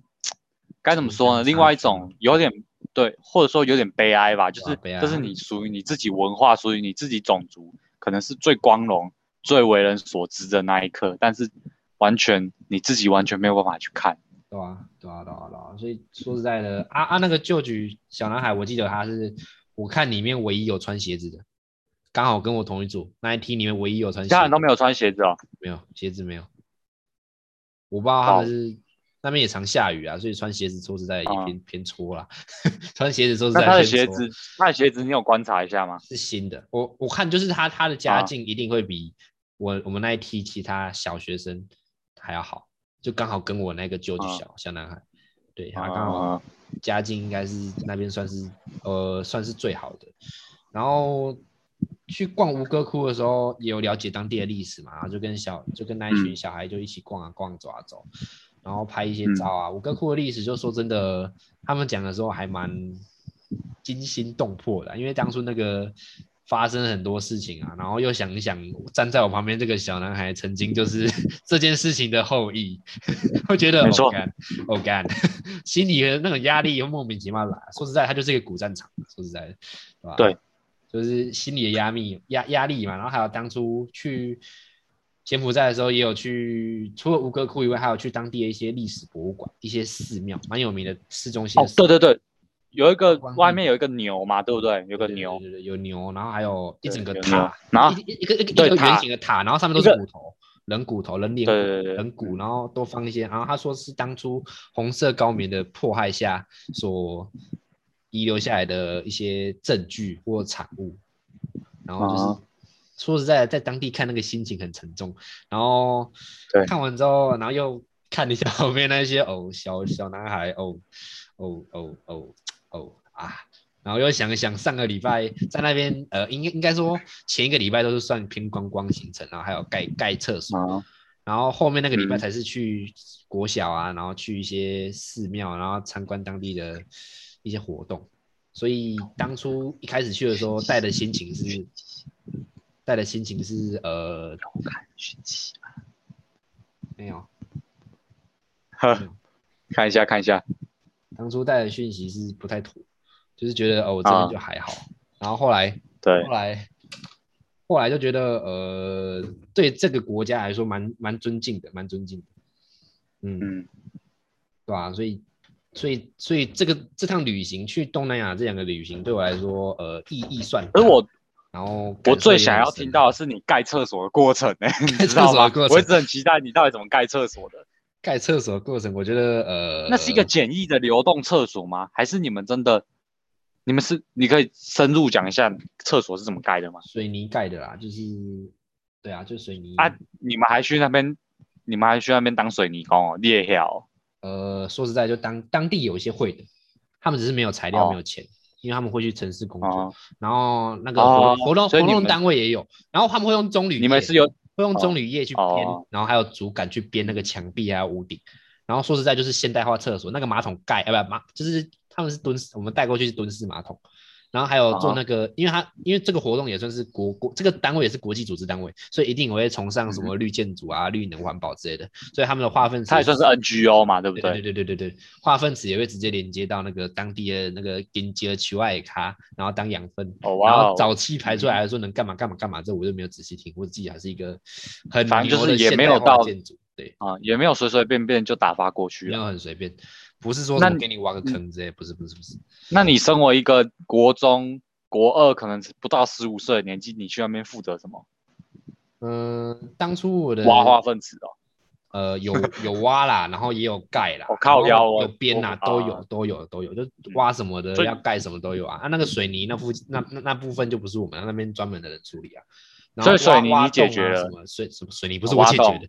B: 该怎么说呢？
A: 城乡
B: 另外一
A: 差距吗
B: 种有点对，或者说有点悲哀吧，就
A: 对
B: 是
A: 啊悲哀
B: 这是你属于你自己文化，属于你自己种族，可能是最光荣、最为人所知的那一刻，但是完全你自己完全没有办法去看。
A: 对啊，对啊，对啊，对啊。所以说实在的，啊啊，那个旧局小男孩，我记得他是我看里面唯一有穿鞋子的，刚好跟我同一组那一梯里面唯一有穿
B: 其
A: 鞋
B: 他人
A: 子，
B: 都没有穿鞋子哦。
A: 没有鞋子没有。我不知道他们是那边也常下雨啊，所以穿鞋子说实在也
B: 啊
A: 偏、偏搓啦。 穿鞋子说实
B: 那
A: 在
B: 他的
A: 偏
B: 鞋
A: 搓
B: 子，他的鞋子你有观察一下吗？
A: 是新的。我我看就是他他的家
B: 啊
A: 境一定会比我我们那一批其他小学生还要好，就刚好跟我那个舅舅
B: 啊
A: 小、小男孩，对他刚好
B: 啊，
A: 家境应该是那边算是呃算是最好的。然后去逛吴哥窟的时候，也有了解当地的历史嘛，然后就跟小就跟那一
B: 嗯
A: 群小孩就一起逛啊逛走啊走，然后拍一些照啊。吴哥窟的历史，就说真的，他们讲的时候还蛮惊心动魄的，因为当初那个。发生了很多事情啊，然后又想一想，站在我旁边这个小男孩曾经就是 这件事情的后裔，会觉得
B: 没错
A: 哦干哦干， 心里的那种压力又莫名其妙来。说实在，它就是一个古战场，啊说实在的，对吧？
B: 对，
A: 就是心理的压力压压力嘛。然后还有当初去柬埔寨的时候，也有去除了吴哥窟以外，还有去当地的一些历史博物馆、一些寺庙，蛮有名的市中心
B: 哦
A: 的寺。
B: 对对对，有一个
A: 观光
B: 外面有一个牛嘛，对不对？有
A: 有
B: 个牛，
A: 对对对有牛，然后还有一整个
B: 对有牛
A: 塔，
B: 然后
A: 一一个一个一
B: 对
A: 个圆
B: 塔
A: 形的塔，然后上面都是
B: 一个
A: 骨头。人骨头、人脸骨
B: 对对对对
A: 人骨，然后多放一些。然后他说是当初红色高棉的迫害下所遗留下来的一些证据或产物。然后就是、
B: 啊
A: 说实在的，在当地看那个心情很沉重。然后
B: 对
A: 看完之后，然后又看一下后面那些哦小小男孩哦哦哦哦哦啊。然后又想一想，上个礼拜在那边，呃，应该应该说前一个礼拜都是算偏观光行程，然后还有盖盖厕所，
B: 啊，
A: 然后后面那个礼拜
B: 嗯
A: 才是去国小啊，然后去一些寺庙，然后参观当地的一些活动。所以当初一开始去的时候，带的心情是，带的心情是呃，没有，
B: 呵 看一下看一下，
A: 当初带的讯息是不太妥，就是觉得哦，我这
B: 啊
A: 边就还好。然后后来
B: 对
A: 后来后来就觉得呃，对这个国家来说蛮蛮尊敬的，蛮尊敬的，嗯。
B: 嗯，
A: 对吧、所以，所以，所以这个这趟旅行去东南亚这两个旅行对我来说，呃，意义算
B: 而
A: 大。
B: 我
A: 然后
B: 我
A: 啊感受
B: 最
A: 也很深，
B: 想要听到的是你盖厕所的过程 呢、你
A: 盖
B: 知
A: 厕
B: 道
A: 所
B: 吗
A: 的？过
B: 我一
A: 程，
B: 直很期待你到底怎么盖厕所的。
A: 盖厕所的过程，我觉得呃，
B: 那是一个简易的流动厕所吗？还是你们真的，你们是你可以深入讲一下厕所是怎么盖的吗？
A: 水泥盖的啦，就是对啊，就水泥
B: 啊，你们还去那边，你们还去那边当水泥工哦，厉害哦！
A: 呃，说实在，就当当地有一些会的，他们只是没有材料，
B: 哦
A: 没有钱，因为他们会去城市工作，
B: 哦，
A: 然后那个活
B: 哦
A: 动活动
B: 所
A: 活
B: 以你
A: 动
B: 们
A: 单位也有，然后他们会用棕榈叶，
B: 你们是有
A: 会用棕榈叶去编，
B: 哦
A: 然后还有竹竿去编那个墙壁还有屋顶。然后说实在，就是现代化厕所，那个马桶盖，呃，不马，就是他们是蹲式，我们带过去是蹲式马桶。然后还
B: 哦
A: 有做那个，因为它因为这个活动也算是国国这个单位也是国际组织单位，所以一定我会崇尚什么绿建筑啊、绿能环保之类的，所以他们的划分
B: 嗯它也算是 NGO 嘛，对不
A: 对
B: 对？哦
A: 对对对对对，化粪池也会直接连接到那个当地的那个根基的球外卡，然后当养分。
B: 哦
A: 然
B: 哇
A: 后
B: 哦，
A: 早期排出来的时候能干嘛干嘛干嘛，这我就没有仔细听，我自己还是一个很
B: 反正
A: 牛
B: 就是
A: 的
B: 也
A: 现
B: 没
A: 代
B: 有
A: 化
B: 到
A: 建筑，对，
B: 啊、也没有随随便便就打发过去
A: 没
B: 了。
A: 有很随便，不是说
B: 那
A: 什么
B: 你
A: 给你挖个坑之类，不是不是不是，
B: 那你身为一个国中、国二，可能不到十五岁的年纪，你去那边负责什么？呃
A: 嗯，当初我的
B: 挖化粪池哦。
A: 呃，有有挖啦，然后也有盖啦，
B: 我靠
A: 然
B: 腰
A: 后
B: 哦
A: 有边啦，
B: 我
A: 都有都有都有，就挖什么的
B: 所以
A: 要盖什么都有啊。啊，那个水泥那附那那那部分就不是我们那边专门的人处理啊。然后
B: 所以水
A: 挖
B: 泥
A: 挖
B: 你解
A: 洞啊
B: 决了
A: 什么水什么水泥不是
B: 哦
A: 我
B: 挖
A: 解决
B: 洞
A: 的，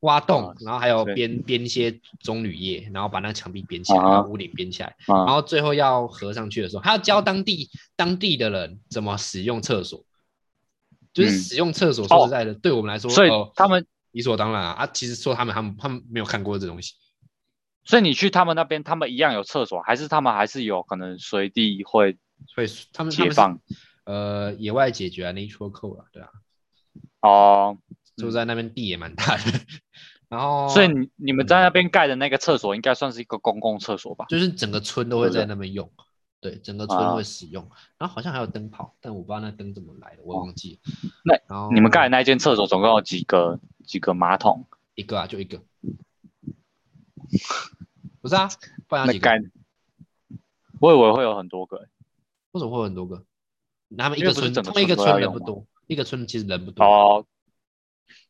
A: 挖洞
B: 哦，
A: 然后还有
B: 所以
A: 编编一些棕榈叶，然后把那墙壁编起来，
B: 啊哈
A: 然后屋顶编起来，
B: 啊、
A: 然后最后要合上去的时候，他要教当地当地的人怎么使用厕所，就是
B: 嗯
A: 使用厕所。说实在的，对我们来说，
B: 所以
A: 哦
B: 他们，
A: 理所当然啊啊！其实说他们他们他们没有看过这东西，
B: 所以你去他们那边，他们一样有厕所，还是他们还是有可能随地会
A: 所以他们他
B: 解
A: 们是
B: 放
A: 呃野外解决啊，nature code 啊，对啊，
B: 哦？
A: 就在那边地也蛮大的，然后
B: 所以你你们在那边盖的那个厕所，应该算是一个公共厕所吧？啊
A: 就是整个村都会在那边用，对，整个村会使用。然后好像还有灯泡，但我不知道那灯怎么来的，我忘记了。
B: 哦那
A: 然后
B: 你们刚才那一间厕所总共有几个几个马桶？
A: 一个啊，就一个。不是啊，不然要
B: 那
A: 几个？
B: 该，我以为会有很多个、
A: 为什么会有很多个？他们一
B: 因为
A: 个
B: 不是
A: 村，
B: 整
A: 他
B: 个
A: 们一个
B: 村都要
A: 村人
B: 用
A: 不
B: 吗
A: 多，一个村其实人不多。
B: 哦，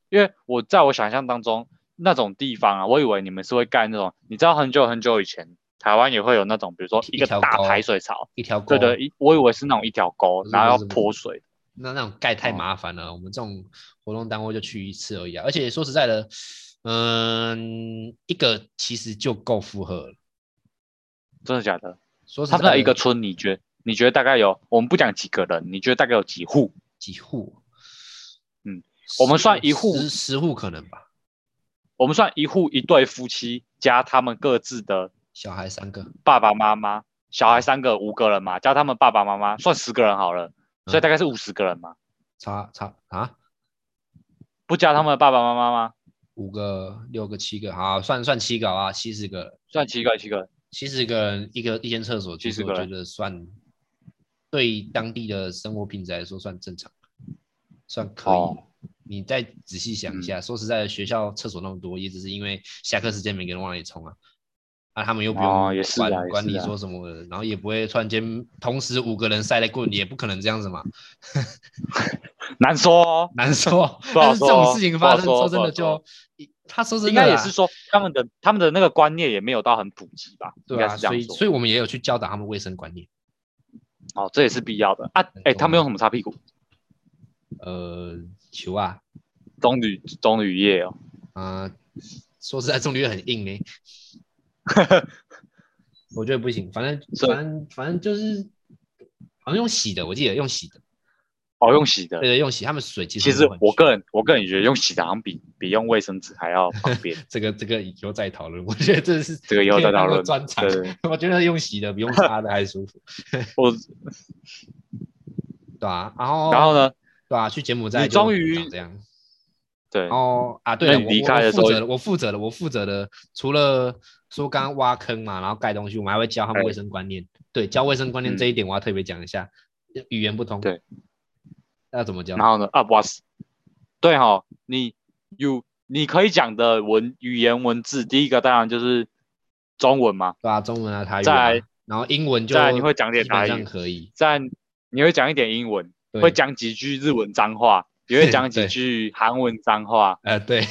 B: 因为我在我想象当中那种地方啊，我以为你们是会盖那种，你知道很久很久以前台湾也会有那种，比如说
A: 一
B: 一个
A: 条
B: 大
A: 沟
B: 排水槽，
A: 一条沟。
B: 对对，一我以为是那种一条沟
A: 不，是
B: 然后
A: 不
B: 要
A: 是不
B: 泼水，
A: 那那种盖太
B: 哦
A: 麻烦了，我们这种活动单位就去一次而已啊。而且说实在的，嗯，一个其实就够负荷了。
B: 真的假的？
A: 说实
B: 他
A: 在
B: 们那
A: 的，
B: 一个村，你觉你觉得大概有，我们不讲几个人，你觉得大概有几户？
A: 几户？
B: 嗯，我们
A: 十
B: 算一户
A: 十十户可能吧，
B: 我们算一户一对夫妻加他们各自的
A: 小孩三个，
B: 爸爸妈妈，小孩三个五个人嘛，加他们爸爸妈妈算十个人好
A: 嗯
B: 了，所以大概是五十个人嘛，
A: 差差啊，
B: 不加他们的爸爸妈妈吗？
A: 五个、六个、七个，好，算算七个啊，七十个，
B: 算七个七个，
A: 七十个人一个一间厕所，其
B: 70
A: 实
B: 个
A: 我觉
B: 人
A: 得算对当地的生活品质来说算正常，算可以。
B: 哦嗯
A: 你再仔细想一下，说实在的，学校厕所那么多，也只是因为下课时间每个人往哪里冲啊，啊，他们又不用管、
B: 哦也是啊也是
A: 管你
B: 啊
A: 说什么的，然后也不会突然间同时五个人塞来棍，也不可能这样子嘛，
B: 难说哦。
A: 难说。
B: 不好
A: 但是这种
B: 说
A: 事情
B: 不好
A: 发生，
B: 说
A: 说
B: 不
A: 真
B: 好
A: 的就
B: 说，
A: 他说真
B: 应
A: 的
B: 该也
A: 啦
B: 是说他们的他们的那个观念也没有到很普及吧，应
A: 对
B: 该
A: 啊，
B: 是这
A: 所
B: 样
A: 以
B: 说。
A: 所以我们也有去教导他们卫生观念，
B: 哦，这也是必要的啊。哎、他们用什么擦屁股？
A: 呃，球啊，
B: 棕榈棕榈叶哦。
A: 啊、说实在，中率很硬哎、我觉得不行，反
B: 是
A: 正反正反正就是，好像用洗的，我记得用洗的，
B: 哦，用洗的
A: 对。对，用洗，他们水其实
B: 其实我
A: 人
B: 个人我个人觉得用洗的好像比比用卫生纸还要方便。
A: 这个这个以后再讨论，我觉得这是
B: 这个以后
A: 可以
B: 再讨
A: 当做
B: 论
A: 专场
B: 对，对，对
A: 我觉得用洗的比用擦的还舒服，
B: 我
A: 对啊，然后
B: 然后呢？
A: 对啊，去柬埔寨
B: 你
A: 就
B: 终于
A: 长这样，
B: 对，
A: 哦啊，对
B: 那
A: 了，
B: 你
A: 我
B: 离
A: 我
B: 开的
A: 我
B: 时候
A: 负责了，我负责了，我负责的，除了说刚刚挖坑嘛，然后盖东西，我们还会教他们
B: 哎
A: 卫生观念。对，教卫生观念
B: 嗯
A: 这一点，我要特别讲一下，语言不通。
B: 对，
A: 那要怎么教？
B: 然后呢？啊，哇塞，对哈、你有你可以讲的文语言文字，第一个当然就是中文嘛，
A: 对啊，中文啊，台语
B: 再
A: 啊
B: 来，
A: 然后英文就
B: 再来你会讲点
A: 基本
B: 台
A: 上
B: 语，
A: 可以，
B: 再来你会讲一点英文，
A: 对
B: 会讲几句日文脏话，也会讲
A: 对
B: 几句韩文脏话，
A: 呃对，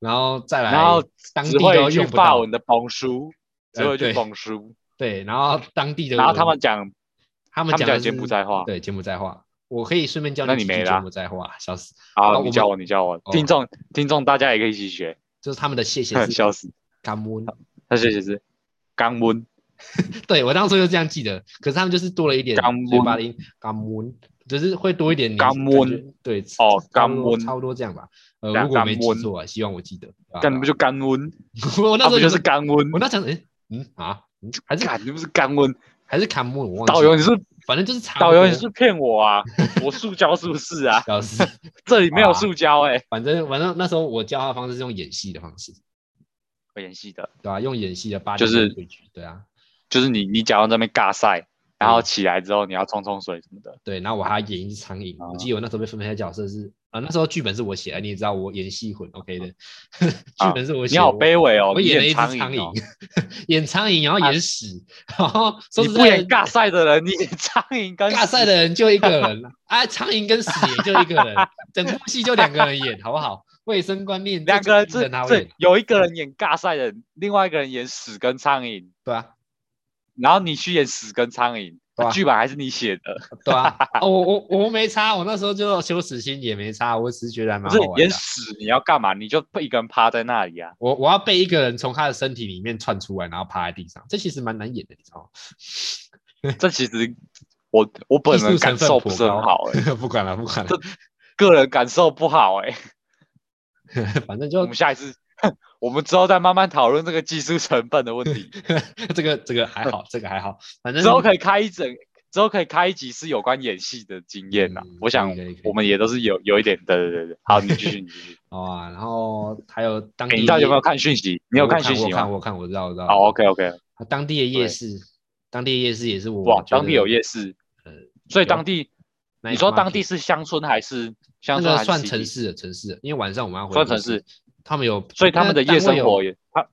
A: 然后再来，
B: 然后
A: 当地
B: 只会
A: 都
B: 一句
A: 用不
B: 法
A: 到，
B: 文的崩书，只
A: 呃
B: 会一句
A: 对
B: 崩书，
A: 对，然后当地的
B: 然后他
A: 文
B: 们讲
A: 他
B: 他
A: 们
B: 们
A: 的
B: 讲
A: 是
B: 柬埔寨话，
A: 对柬埔寨话，我可以顺便教
B: 那
A: 你几
B: 你没
A: 句
B: 啦
A: 柬埔寨话，小死，啊
B: 好，
A: 我
B: 你
A: 们
B: 教我，你教我，听众听众大家也可以一起学，
A: 就是他们的谢谢是
B: 笑死，
A: 感恩。
B: 他学写是刚温，
A: 对我当初就这样记得，可是他们就是多了一点
B: 甘
A: 嘴巴的
B: 温
A: 音，甘温，就是会多一点你
B: 甘
A: 感
B: 温
A: 觉对
B: 哦
A: 差
B: 甘
A: 不多
B: 温
A: 差不多这样吧。呃，
B: 对啊
A: 如果没
B: 甘
A: 记
B: 温
A: 错啊，希望我记得。啊
B: 干你不就干温？
A: 我那
B: 他
A: 时候
B: 不就
A: 就是是，
B: 干温？
A: 我那时候嗯嗯啊，嗯还是
B: 干你不是干温？
A: 还是甘温，我忘
B: 导
A: 记
B: 游
A: 了，
B: 你是
A: 反正就是差不
B: 导游你
A: 多
B: 是骗我啊！ 我塑胶是不是啊？
A: 老师，
B: 这里没有
A: 啊
B: 塑胶哎、
A: 反正反正那时候我教他的方式是用演戏的方式，
B: 我演戏的，
A: 对吧、用演戏的八
B: 就
A: 点
B: 是
A: 规矩，对啊，
B: 就是你你假装在那边尬赛，然后
A: 嗯
B: 起来之后你要冲冲水什么的，
A: 对，然后我还要演一只苍蝇。
B: 哦
A: 我记得我那时候被分配的角色是啊，那时候剧本是我写的，你也知道我演戏混，OK 的， 剧本是我写
B: 哦你
A: 的。
B: 好
A: 我
B: 卑微哦，
A: 我
B: 你
A: 演了一只
B: 苍
A: 苍
B: 蝇哦、啊
A: 蝇， 演苍蝇，然后演屎，然后说实
B: 你不
A: 在
B: 演
A: 的，
B: 尬赛的人，你演苍蝇跟
A: 尬赛的人就一个人， 啊，苍蝇跟屎也就一个人，整部戏就两个人演，好不好？ 卫生观念，
B: 两个人
A: 这
B: 这
A: 他会
B: 这
A: 演，
B: 有一个人演尬赛的人，另外一个人演屎跟苍蝇，
A: 对啊，
B: 然后你去演屎跟苍蝇，
A: 对啊
B: 剧本还是你写的，
A: 对 啊，哦，我我我没差，我那时候就羞耻心也没差，我只是觉得还
B: 不
A: 蛮
B: 是
A: 好玩
B: 演
A: 的啊。
B: 屎你要干嘛？你就一个人趴在那里啊。
A: 我我要被一个人从他的身体里面窜出来，然后趴在地上，这其实蛮难演的，你知道吗？
B: 这其实我我本人感受不是很好、欸，
A: 不管了，不管了，
B: 个人感受不好、欸，
A: 反正
B: 我
A: 就
B: 们下一次， 我们之后再慢慢讨论这个技术成分的问 题，
A: 这个这个还好，这个还好，反正
B: 之后可以开一整，之后可以开一集是有关演戏的经验呐、
A: 嗯
B: 我想
A: 可以可以
B: 我们也都是有有一点，对对对对，好，你继续，你 继续，
A: 好啊，然后还有当
B: 欸
A: 地
B: 你到底有没有
A: 夜？
B: 看讯息？你有
A: 我看
B: 讯息
A: 我看啊
B: 吗？
A: 我看我知道我知道。
B: 好，OK OK，
A: 当地的夜市当地夜市也是我
B: 哇，
A: 觉
B: 当地有
A: 得
B: 夜市，
A: 呃，
B: 所以
A: 有
B: 当地
A: 你
B: 你说当地是乡村还是
A: 那
B: 乡村还
A: 个
B: 是
A: 算
B: city？
A: 城市的城市的，因为晚上我们要回
B: 算
A: 都
B: 城市，
A: 他们有，
B: 所以他们的
A: 那单
B: 夜
A: 位
B: 生
A: 有
B: 活也他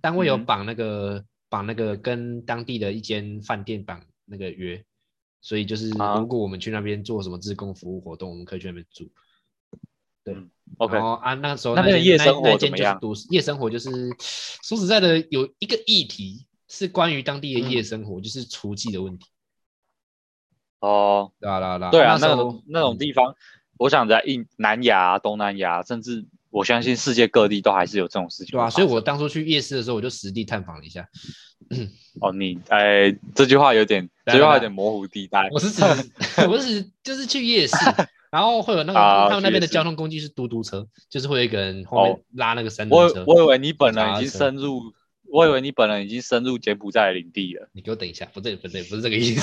A: 单位有
B: 嗯
A: 绑那个绑那个跟当地的一间饭店绑那个约，所以就是
B: 啊
A: 如果我们去那边做什么志工服务活动，我们可以去那边住。
B: OK
A: 然后啊，那时候
B: 那边的
A: 间
B: 夜
A: 那
B: 生活
A: 那间
B: 怎
A: 就
B: 么
A: 是
B: 样
A: 读夜生活就是说实在的，有一个议题是关于当地的夜
B: 嗯
A: 生活，就是厨技的问题。
B: 哦，
A: 对啊，对啊，
B: 对啊，
A: 那
B: 那
A: 时
B: 种
A: 候
B: 那种
A: 嗯
B: 地方，我想在印南亚、啊东南亚，甚至我相信世界各地都还是有这种事情
A: 对
B: 会
A: 啊，
B: 发
A: 所
B: 生。
A: 以我当初去夜市的时候，我就实地探访了一下。
B: 哦，你哎，这句话有点，
A: 来
B: 这句
A: 来嗯
B: 话有
A: 来
B: 点模糊地带。
A: 我是 指，我是指就是去夜市，然后会有那个
B: 啊
A: 他们那边的
B: 去夜市
A: 交通工具是嘟嘟车，就是会有一个人后面
B: 哦
A: 拉那个三轮车
B: 我。我以为你本人
A: 脚
B: 已
A: 踏
B: 经
A: 车
B: 深入，我以为你本人已经深入柬埔寨的领地了。
A: 你给我等一下，不对不对，不是这个 意思，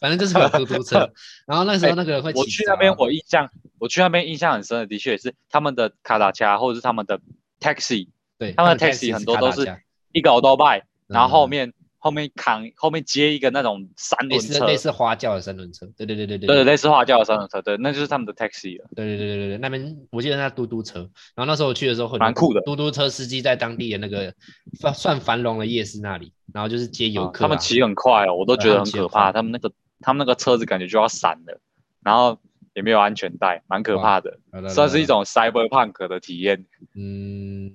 A: 反正就是会有嘟嘟车。然后那时候那个啊人会骑
B: 哎我去那边，
A: 脚
B: 我印象，我去那边印象很深的，的确也是他们的卡达恰或者是他们的 taxi，
A: 对
B: 他们的
A: taxi
B: taxi 很多都是
A: 卡达加
B: 一个 auto bike，然后后
A: 嗯
B: 面后面扛后面接一个那种三
A: 类
B: 轮
A: 似
B: 车，
A: 类似花轿的三轮车，对对对对对
B: 对对，
A: 对
B: 类似花轿的三轮车，对，那就是他们的 taxi 了。
A: 对对对对对，那边我记得那嘟嘟车，然后那时候我去的时候很多
B: 蛮酷的
A: 嘟嘟车司机在当地的那个算算繁荣的夜市那里，然后就是接游
B: 啊
A: 客啊，
B: 他们骑很快哦，我都
A: 对
B: 觉
A: 他
B: 得
A: 们
B: 很
A: 骑
B: 可
A: 很
B: 怕。
A: 快
B: 他们那个他们那个车子感觉就要闪了，然后也没有安全带，蛮可
A: 哇
B: 怕的，
A: 对对对
B: 算是一
A: 对
B: 种 cyberpunk 的体验。
A: 嗯，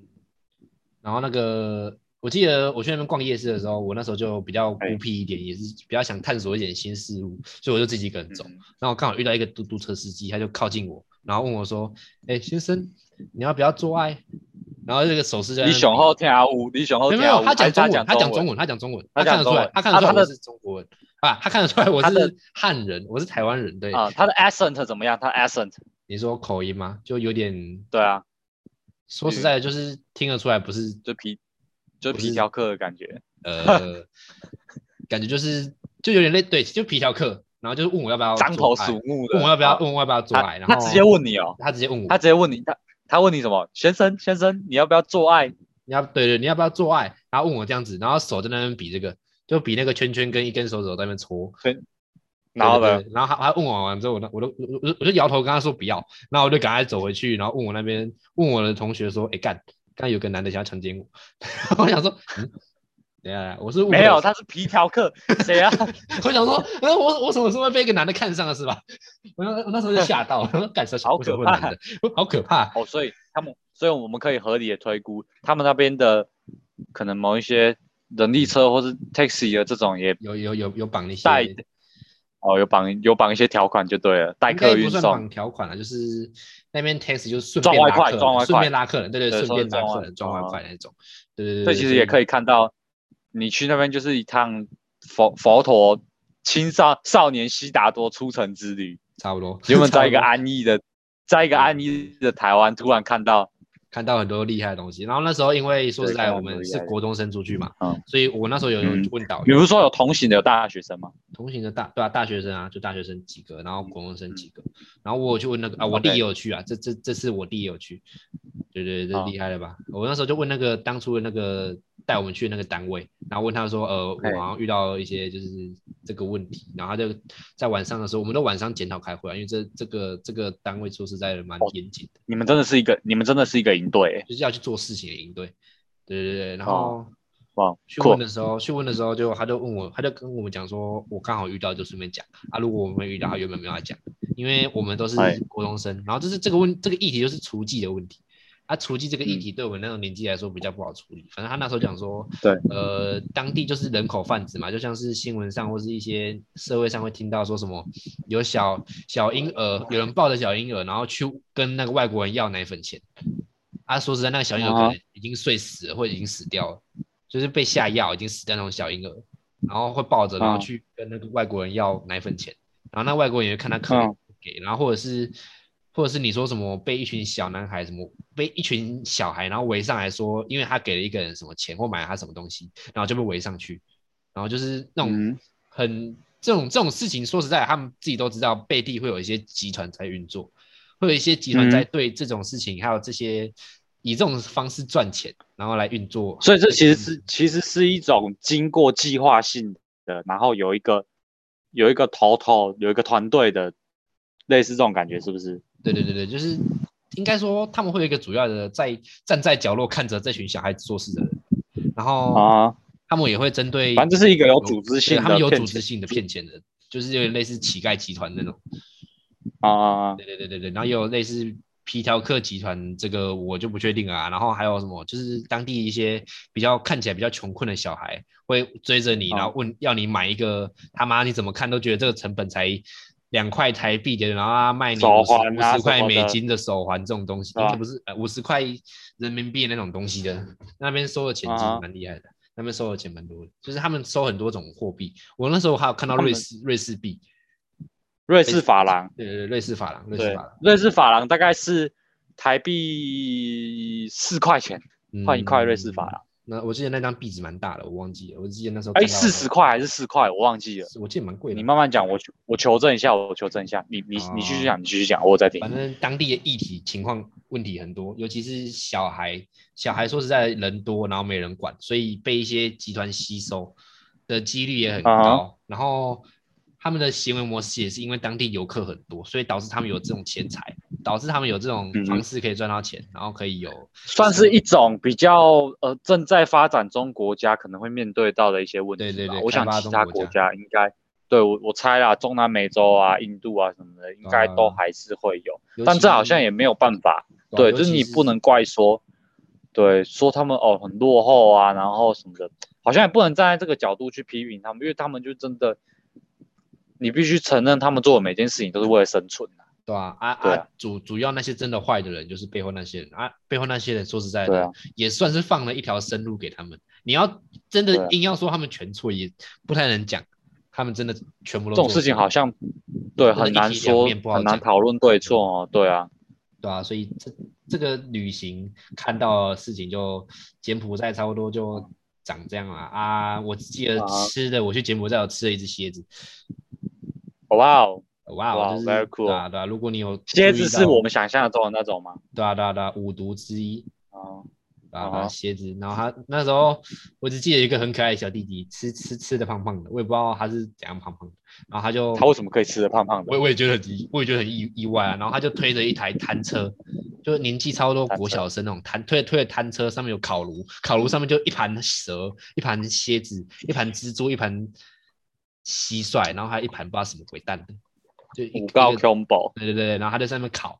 A: 然后那个，我记得我去那边逛夜市的时候，我那时候就比较
B: 哎
A: 孤僻一点，也是比较想探索一点新事物，所以我就自己一个人走。
B: 嗯
A: 然后刚好遇到一个嘟嘟车司机，他就靠近我，然后问我说：“哎，先生，你要不要做爱？”然后这个手势就在
B: 你
A: 那
B: 雄厚听阿五，你雄
A: 啊
B: 厚
A: 没有
B: 听
A: 没
B: 阿
A: 有，
B: 五，
A: 他
B: 哦还
A: 讲
B: 是他
A: 中
B: 讲
A: 文，他讲中
B: 文，
A: 文，他讲中文，
B: 他
A: 他看
B: 讲
A: 得出来他看得出来
B: 中文，啊他
A: 我
B: 的
A: 是中国人啊，他看得出来我
B: 他的
A: 是汉人，我是台湾人。对，
B: 啊，他的 accent 怎么样？他 accent
A: 你说口音吗？就有点，
B: 对啊，
A: 说
B: 嗯
A: 实在的，就是听得出来不是
B: 就皮就
A: 不
B: 皮
A: 是
B: 条客的感觉。
A: 呃，感觉就是就有点类对，就皮条客，然后就是问我要不要
B: 獐
A: 做
B: 头
A: 爱
B: 鼠目的，
A: 问我要不要、
B: 啊
A: 问我要不要做
B: 他
A: 爱，然后
B: 他直接问你哦，
A: 他直接问我，
B: 他直接问你，他他问你什么？先生，先生，你要不要做爱？
A: 你要对对你要不要做爱，然后问我这样子，然后手在那边比这个，就比那个圈圈跟一根手指头在那边搓，
B: 然后
A: 对
B: 呢
A: 对，对然后他他问我完之后，我那我都我我就我就摇头跟他说不要，然后我就赶快走回去，然后问我那边问我的同学说，哎干，刚刚有个男的想要强奸我， 我想说，嗯，等一下等一下，我是误
B: 没
A: 会
B: 有，
A: 了
B: 他是皮条客，谁啊？
A: 我想说，呃，我我什么时候会被一个男的看上了是吧？ 我那我那时候就吓到了，我 说感受
B: 好可怕
A: 男的，好可怕。
B: 哦，所以他们，所以我们可以合理的推估，他们那边的可能某一些人力车或是 taxi 的这种也
A: 有有有有绑一些，
B: 带哦有绑有绑一些条款就对了，代
A: 应该
B: 客运
A: 不算
B: 送
A: 绑条款了，就是那边 tax 就是顺
B: 赚
A: 便
B: 外
A: 拉
B: 快
A: 客人
B: 赚外
A: 顺
B: 快
A: 便拉客人，对
B: 对
A: 对，顺
B: 说是
A: 便拉
B: 赚
A: 客
B: 外
A: 人赚外
B: 哦
A: 快那种，对对对。
B: 所以其实也可
A: 以，
B: 以看到，你去那边就是一趟佛佛陀青少少年悉达多出城之旅，
A: 差不多。
B: 原本在一个
A: 差不多
B: 安逸的，在一个安逸的台湾，突然看到
A: 看到很多厉害的东西，然后那时候因为说实
B: 对
A: 在，
B: 看到
A: 我
B: 很多
A: 们
B: 厉
A: 是
B: 害的
A: 国中生出去嘛
B: 嗯，
A: 所以我那时候有有
B: 嗯
A: 问导
B: 你
A: 游
B: 不，是说有同行的有大学生吗？
A: 同行的大对啊，大学生啊，就大学生几个，然后国中生几个，然后我有去问那个啊，我弟
B: OK
A: 也有去啊，这这这次我弟也有去，对对对，这
B: 好
A: 厉害了吧？我那时候就问那个当初的那个带我们去的那个单位，然后问他说，呃，
B: 嘿
A: 我好像遇到一些就是这个问题，然后他就在晚上的时候，我们都晚上检讨开会啊，因为这这个这个单位说实在的蛮
B: 哦
A: 严谨的，
B: 你们真的是一个，你们真的是一个营队、欸，
A: 就是要去做事情的应对，对对对，然后
B: 哦。哇，
A: 去
B: 酷
A: 问！的时候，去问的时候就他就问我，他就跟我们讲说，我刚好遇到就顺便讲啊，如果我没遇到，他原本没有要讲，因为我们都是
B: 哎
A: 国中生，然后就是这个问这个议题就是厨技的问题。啊，厨技这个议题对我们那种年纪来说比较不好处理。反正他那时候讲说，
B: 对，
A: 呃，当地就是人口贩子嘛，就像是新闻上或是一些社会上会听到说什么有小小婴儿，有人抱着小婴儿，然后去跟那个外国人要奶粉钱。啊，说实在，那个小婴儿可
B: 啊
A: 能已经睡死了，或者已经死掉了，就是被下药已经死掉那种小婴儿，然后会抱着，然后
B: 啊
A: 去跟那个外国人要奶粉钱，然后那外国人也会看他可怜
B: 嗯
A: 不给，然后或者是或者是你说什么被一群小男孩什么被一群小孩然后围上来说，因为他给了一个人什么钱或买了他什么东西，然后就被围上去，然后就是那种
B: 嗯，
A: 很这种这种事情，说实在，他们自己都知道背地会有一些集团在运作，会有一些集团
B: 嗯
A: 在对这种事情、还有这些以这种方式赚钱，然后来运作。
B: 所以这其实是其实是一种经过计划性的，然后有一个有一个头头，有一个团队的，类似这种感觉，是不是？
A: 对对对对，就是应该说他们会有一个主要的在站在角落看着这群小孩子做事的人，然后
B: 啊，
A: 他们也会针对，
B: 反正这是一个有组织性
A: 对
B: 的
A: 他哦们有
B: 骗
A: 组
B: 钱
A: 织性的骗钱的，就是有点类似乞丐集团那种。
B: 啊，
A: 对对对对对，然后也有类似皮条客集团，这个我就不确定了啊。然后还有什么，就是当地一些比较看起来比较穷困的小孩会追着你，
B: 哦
A: 然后问要你买一个他妈你怎么看都觉得这个成本才两块台币的，然后他卖你
B: 手
A: 五十
B: 环
A: 五
B: 啊
A: 十块
B: 什么的
A: 美金的手环这种东西，
B: 对啊
A: 应该不是呃五十块人民币的那种东西的。那边收的钱其实
B: 啊
A: 蛮厉害的，那边收的钱蛮多的，就是他们收很多种货币。我那时候还有看到
B: 他们
A: 瑞士瑞士币，
B: 瑞士法郎，
A: 对对对，瑞士法郎，瑞士
B: 对
A: 法郎。，
B: 瑞士法郎大概是台币四块钱换一块瑞士法
A: 嗯
B: 郎，
A: 那我记得那张壁纸蛮大的，我忘记了。我记得那时候
B: 哎，
A: 看到
B: 四十，块还是四块，我忘记了。
A: 是我记得蛮贵的啊
B: 你。慢慢讲，我求我求证一下，我求证一下。你你你继续讲，你继续讲，我在听。
A: 哦反正当地的议题情况问题很多，尤其是小孩，小孩说实在人多，然后没人管，所以被一些集团吸收的几率也很高。
B: 啊
A: 然后他们的行为模式也是因为当地游客很多，所以导致他们有这种钱财，导致他们有这种
B: 嗯哼
A: 方式可以赚到钱，然后可以有
B: 算是一种比较呃正在发展中国家可能会面对到的一些问题吧。
A: 对对对
B: 我想
A: 开发
B: 其
A: 中
B: 他
A: 国
B: 国家应该，对我我猜啦，中南美洲啊、印度啊什么的，应该都
A: 啊
B: 还是会有，
A: 尤
B: 但
A: 其哦
B: 这好像也没有办法。对，就是你不。
A: 尤其
B: 能怪说，对，说他们哦很落后啊，然后什么的，好像也不能站在这个角度去批评他们，因为他们就真的，你必须承认他们做的每件事情都是为了生存啊
A: 对啊，啊
B: 对
A: 啊
B: 啊，
A: 主主要那些真的坏的人，就是背后那些人啊，背后那些人说实在
B: 对
A: 的，
B: 啊，
A: 也算是放了一条生路给他们。你要真
B: 对
A: 的
B: 啊
A: 硬要说他们全错，也不太能讲，他们真的全部
B: 这
A: 都
B: 种
A: 做
B: 事情
A: 错
B: 好像
A: 真
B: 对
A: 的
B: 很
A: 一
B: 难
A: 体两
B: 说，
A: 面不好
B: 很难
A: 讲
B: 讨论对错哦，对啊，
A: 对啊，所以这这个旅行看到的事情就柬埔寨差不多就长这样了啊。我记得
B: 啊
A: 吃的，我去柬埔寨有吃了一只蝎子，
B: 哇哦，
A: 哇，
B: 哇
A: 就是
B: very cool
A: 对啊对啊，如果你有
B: 蝎
A: 注意
B: 子
A: 到
B: 是我们想象中的那种吗？
A: 对啊对啊对啊五毒之一，
B: 哦，
A: 啊，
B: 嗯
A: 把
B: 哼
A: 鞋子，然后他那时候我只记得有一个很可爱的小弟弟，吃吃吃的胖胖的，我也不知道他是怎样胖胖的，然后他就
B: 它为什么可以吃的胖胖的
A: 哦我？我也觉得很意我也觉得很意意外啊，然后他就推着一台摊车，就是年纪差不多
B: 摊车
A: 国小生那种摊推推着摊车，上面有烤炉，烤炉上面就一盘蛇，一盘蝎子，一盘蜘蛛，一盘蟋蟀，然后还有一盘不知道什么鬼蛋的，就一
B: 五高
A: 一个
B: combo，
A: 对对对，然后他在上面烤，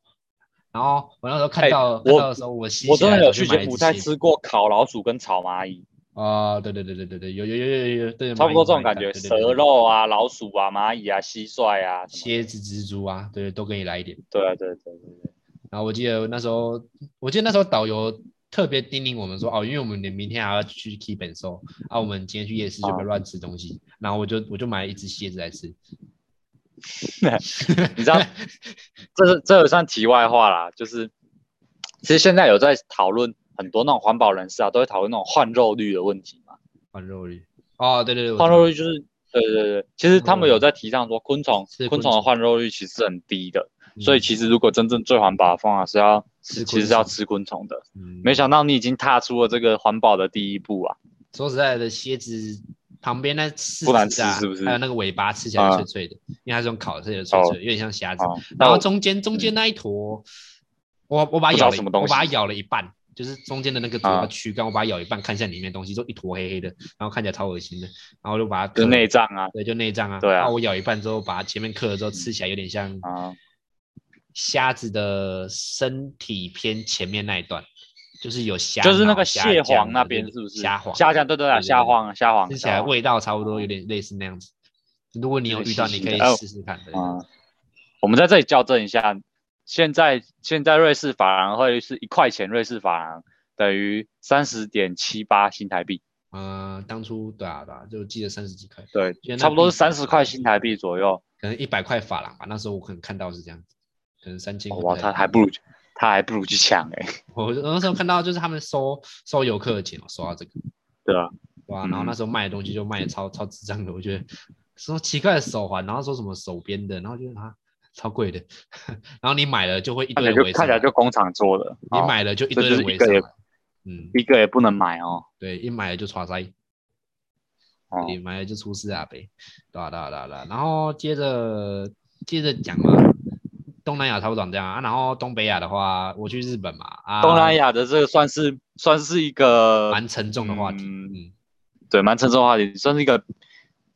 A: 然后我那时候看
B: 哎
A: 到、看
B: 我
A: 到的时候，我心
B: 我真的有去
A: 去买
B: 柬
A: 一
B: 埔
A: 只
B: 寨
A: 蝎子
B: 吃过烤老鼠跟炒蚂蚁。
A: 啊，对对对对对对，有有有有有有，对，
B: 差不
A: 蚂
B: 多
A: 蚁
B: 这种
A: 蚂蚁蛋
B: 感觉，
A: 对对对
B: 蛇肉啊、老鼠啊、蚂蚁啊、蟋蟀啊，什么
A: 蝎子、蜘蛛啊，对，都给你来一点。
B: 对啊对对对对，
A: 然后我记得那时候，我记得那时候导游特别叮咛我们说，哦，因为我们明天还要去 k e 本收，啊，我们今天去夜市就不要
B: 啊
A: 乱吃东西。然后我就我就买了一只蝎子来吃，
B: 你知道，这是这也算题外话啦，就是其实现在有在讨论很多那种环保人士啊，都会讨论那种换肉率的问题嘛。
A: 换肉率。哦，对对对，我
B: 换
A: 知道
B: 肉率就是对对对，其实他们有在提倡说昆虫
A: 嗯吃
B: 昆
A: 昆
B: 虫的
A: 虫
B: 换肉率其实是很低的，所以
A: 嗯
B: 其实如果真正最环保的方法是要
A: 吃
B: 其
A: 昆
B: 实是要
A: 虫
B: 吃昆虫的。
A: 嗯
B: 没想到你已经踏出了这个环保的第一步啊！
A: 说实在的，蝎子旁边那刺
B: 不难
A: 丝啊
B: 吃是不是
A: 还有那个尾巴吃起来
B: 啊
A: 脆脆的，因为它是用烤的，所以脆脆
B: 哦
A: 的，有点像虾子。
B: 好，
A: 然
B: 那
A: 后
B: 我
A: 中间中间那一坨，我我把它咬
B: 嗯不知道
A: 了一
B: 什么东西
A: 我把它咬了一半，就是中间的那个主要
B: 啊
A: 躯干，我把它咬一半，看一下里面的东西，就一坨黑黑的，然后看起来超恶心的，然后我就把它
B: 就
A: 刻
B: 是内脏啊
A: 对，就内脏啊，
B: 对啊
A: 然后我咬一半之后，把它前面刻了之后，吃起来有点像
B: 啊。
A: 虾子的身体偏前面那一段，就是有虾脑，
B: 就是那个
A: 虾
B: 蟹
A: 酱
B: 黄那
A: 对
B: 边
A: 对
B: 是不是？
A: 虾黄，
B: 虾酱对对
A: 对
B: 对，
A: 对
B: 虾黄哦虾黄。
A: 吃起来
B: 虾黄
A: 味道差不多，有点类似那样子。如果你有遇到，你可以
B: 有点
A: 试试看。对
B: 啊。我们在这里校正一下，现在现在瑞士法郎会是一块钱瑞士法郎等于三十点七八新台币，
A: 嗯，当初对啊对啊，就记得三十几块，
B: 对
A: 原，来
B: 差不多是
A: 币
B: 三十块新台币左右。
A: 可能一百块法郎吧。那时候我可能看到是这样子，可能三千。
B: 哦哇，他还不如他还不如去抢哎、欸，
A: 我我那时候看到就是他们收收游客的钱，哦我收到这个，
B: 对啊，
A: 对吧、然后那时候卖的东西就卖的超超智障的，我觉得说奇怪的手环，然后说什么手编的，然后觉得啊超贵的， 然后你买了就会一堆
B: 看起来
A: 人
B: 就
A: 围上
B: 看起来
A: 来，
B: 就工厂做的，
A: 你
B: 哦
A: 买了就一
B: 这
A: 堆
B: 就是
A: 人
B: 一
A: 围
B: 个
A: 上
B: 也
A: 来，嗯，
B: 一个也不能买哦。
A: 对，一买了就刷塞。
B: 哦
A: 也买了就出事啊呗，对啊对啊对啊对啊。然后接着接着讲嘛，东南亚差不多长这样啊。然后东北亚的话，我去日本嘛啊，
B: 东南亚的这个算是算是一个
A: 蛮沉重的话题，
B: 嗯
A: 嗯，
B: 对蛮沉重的话题，算是一个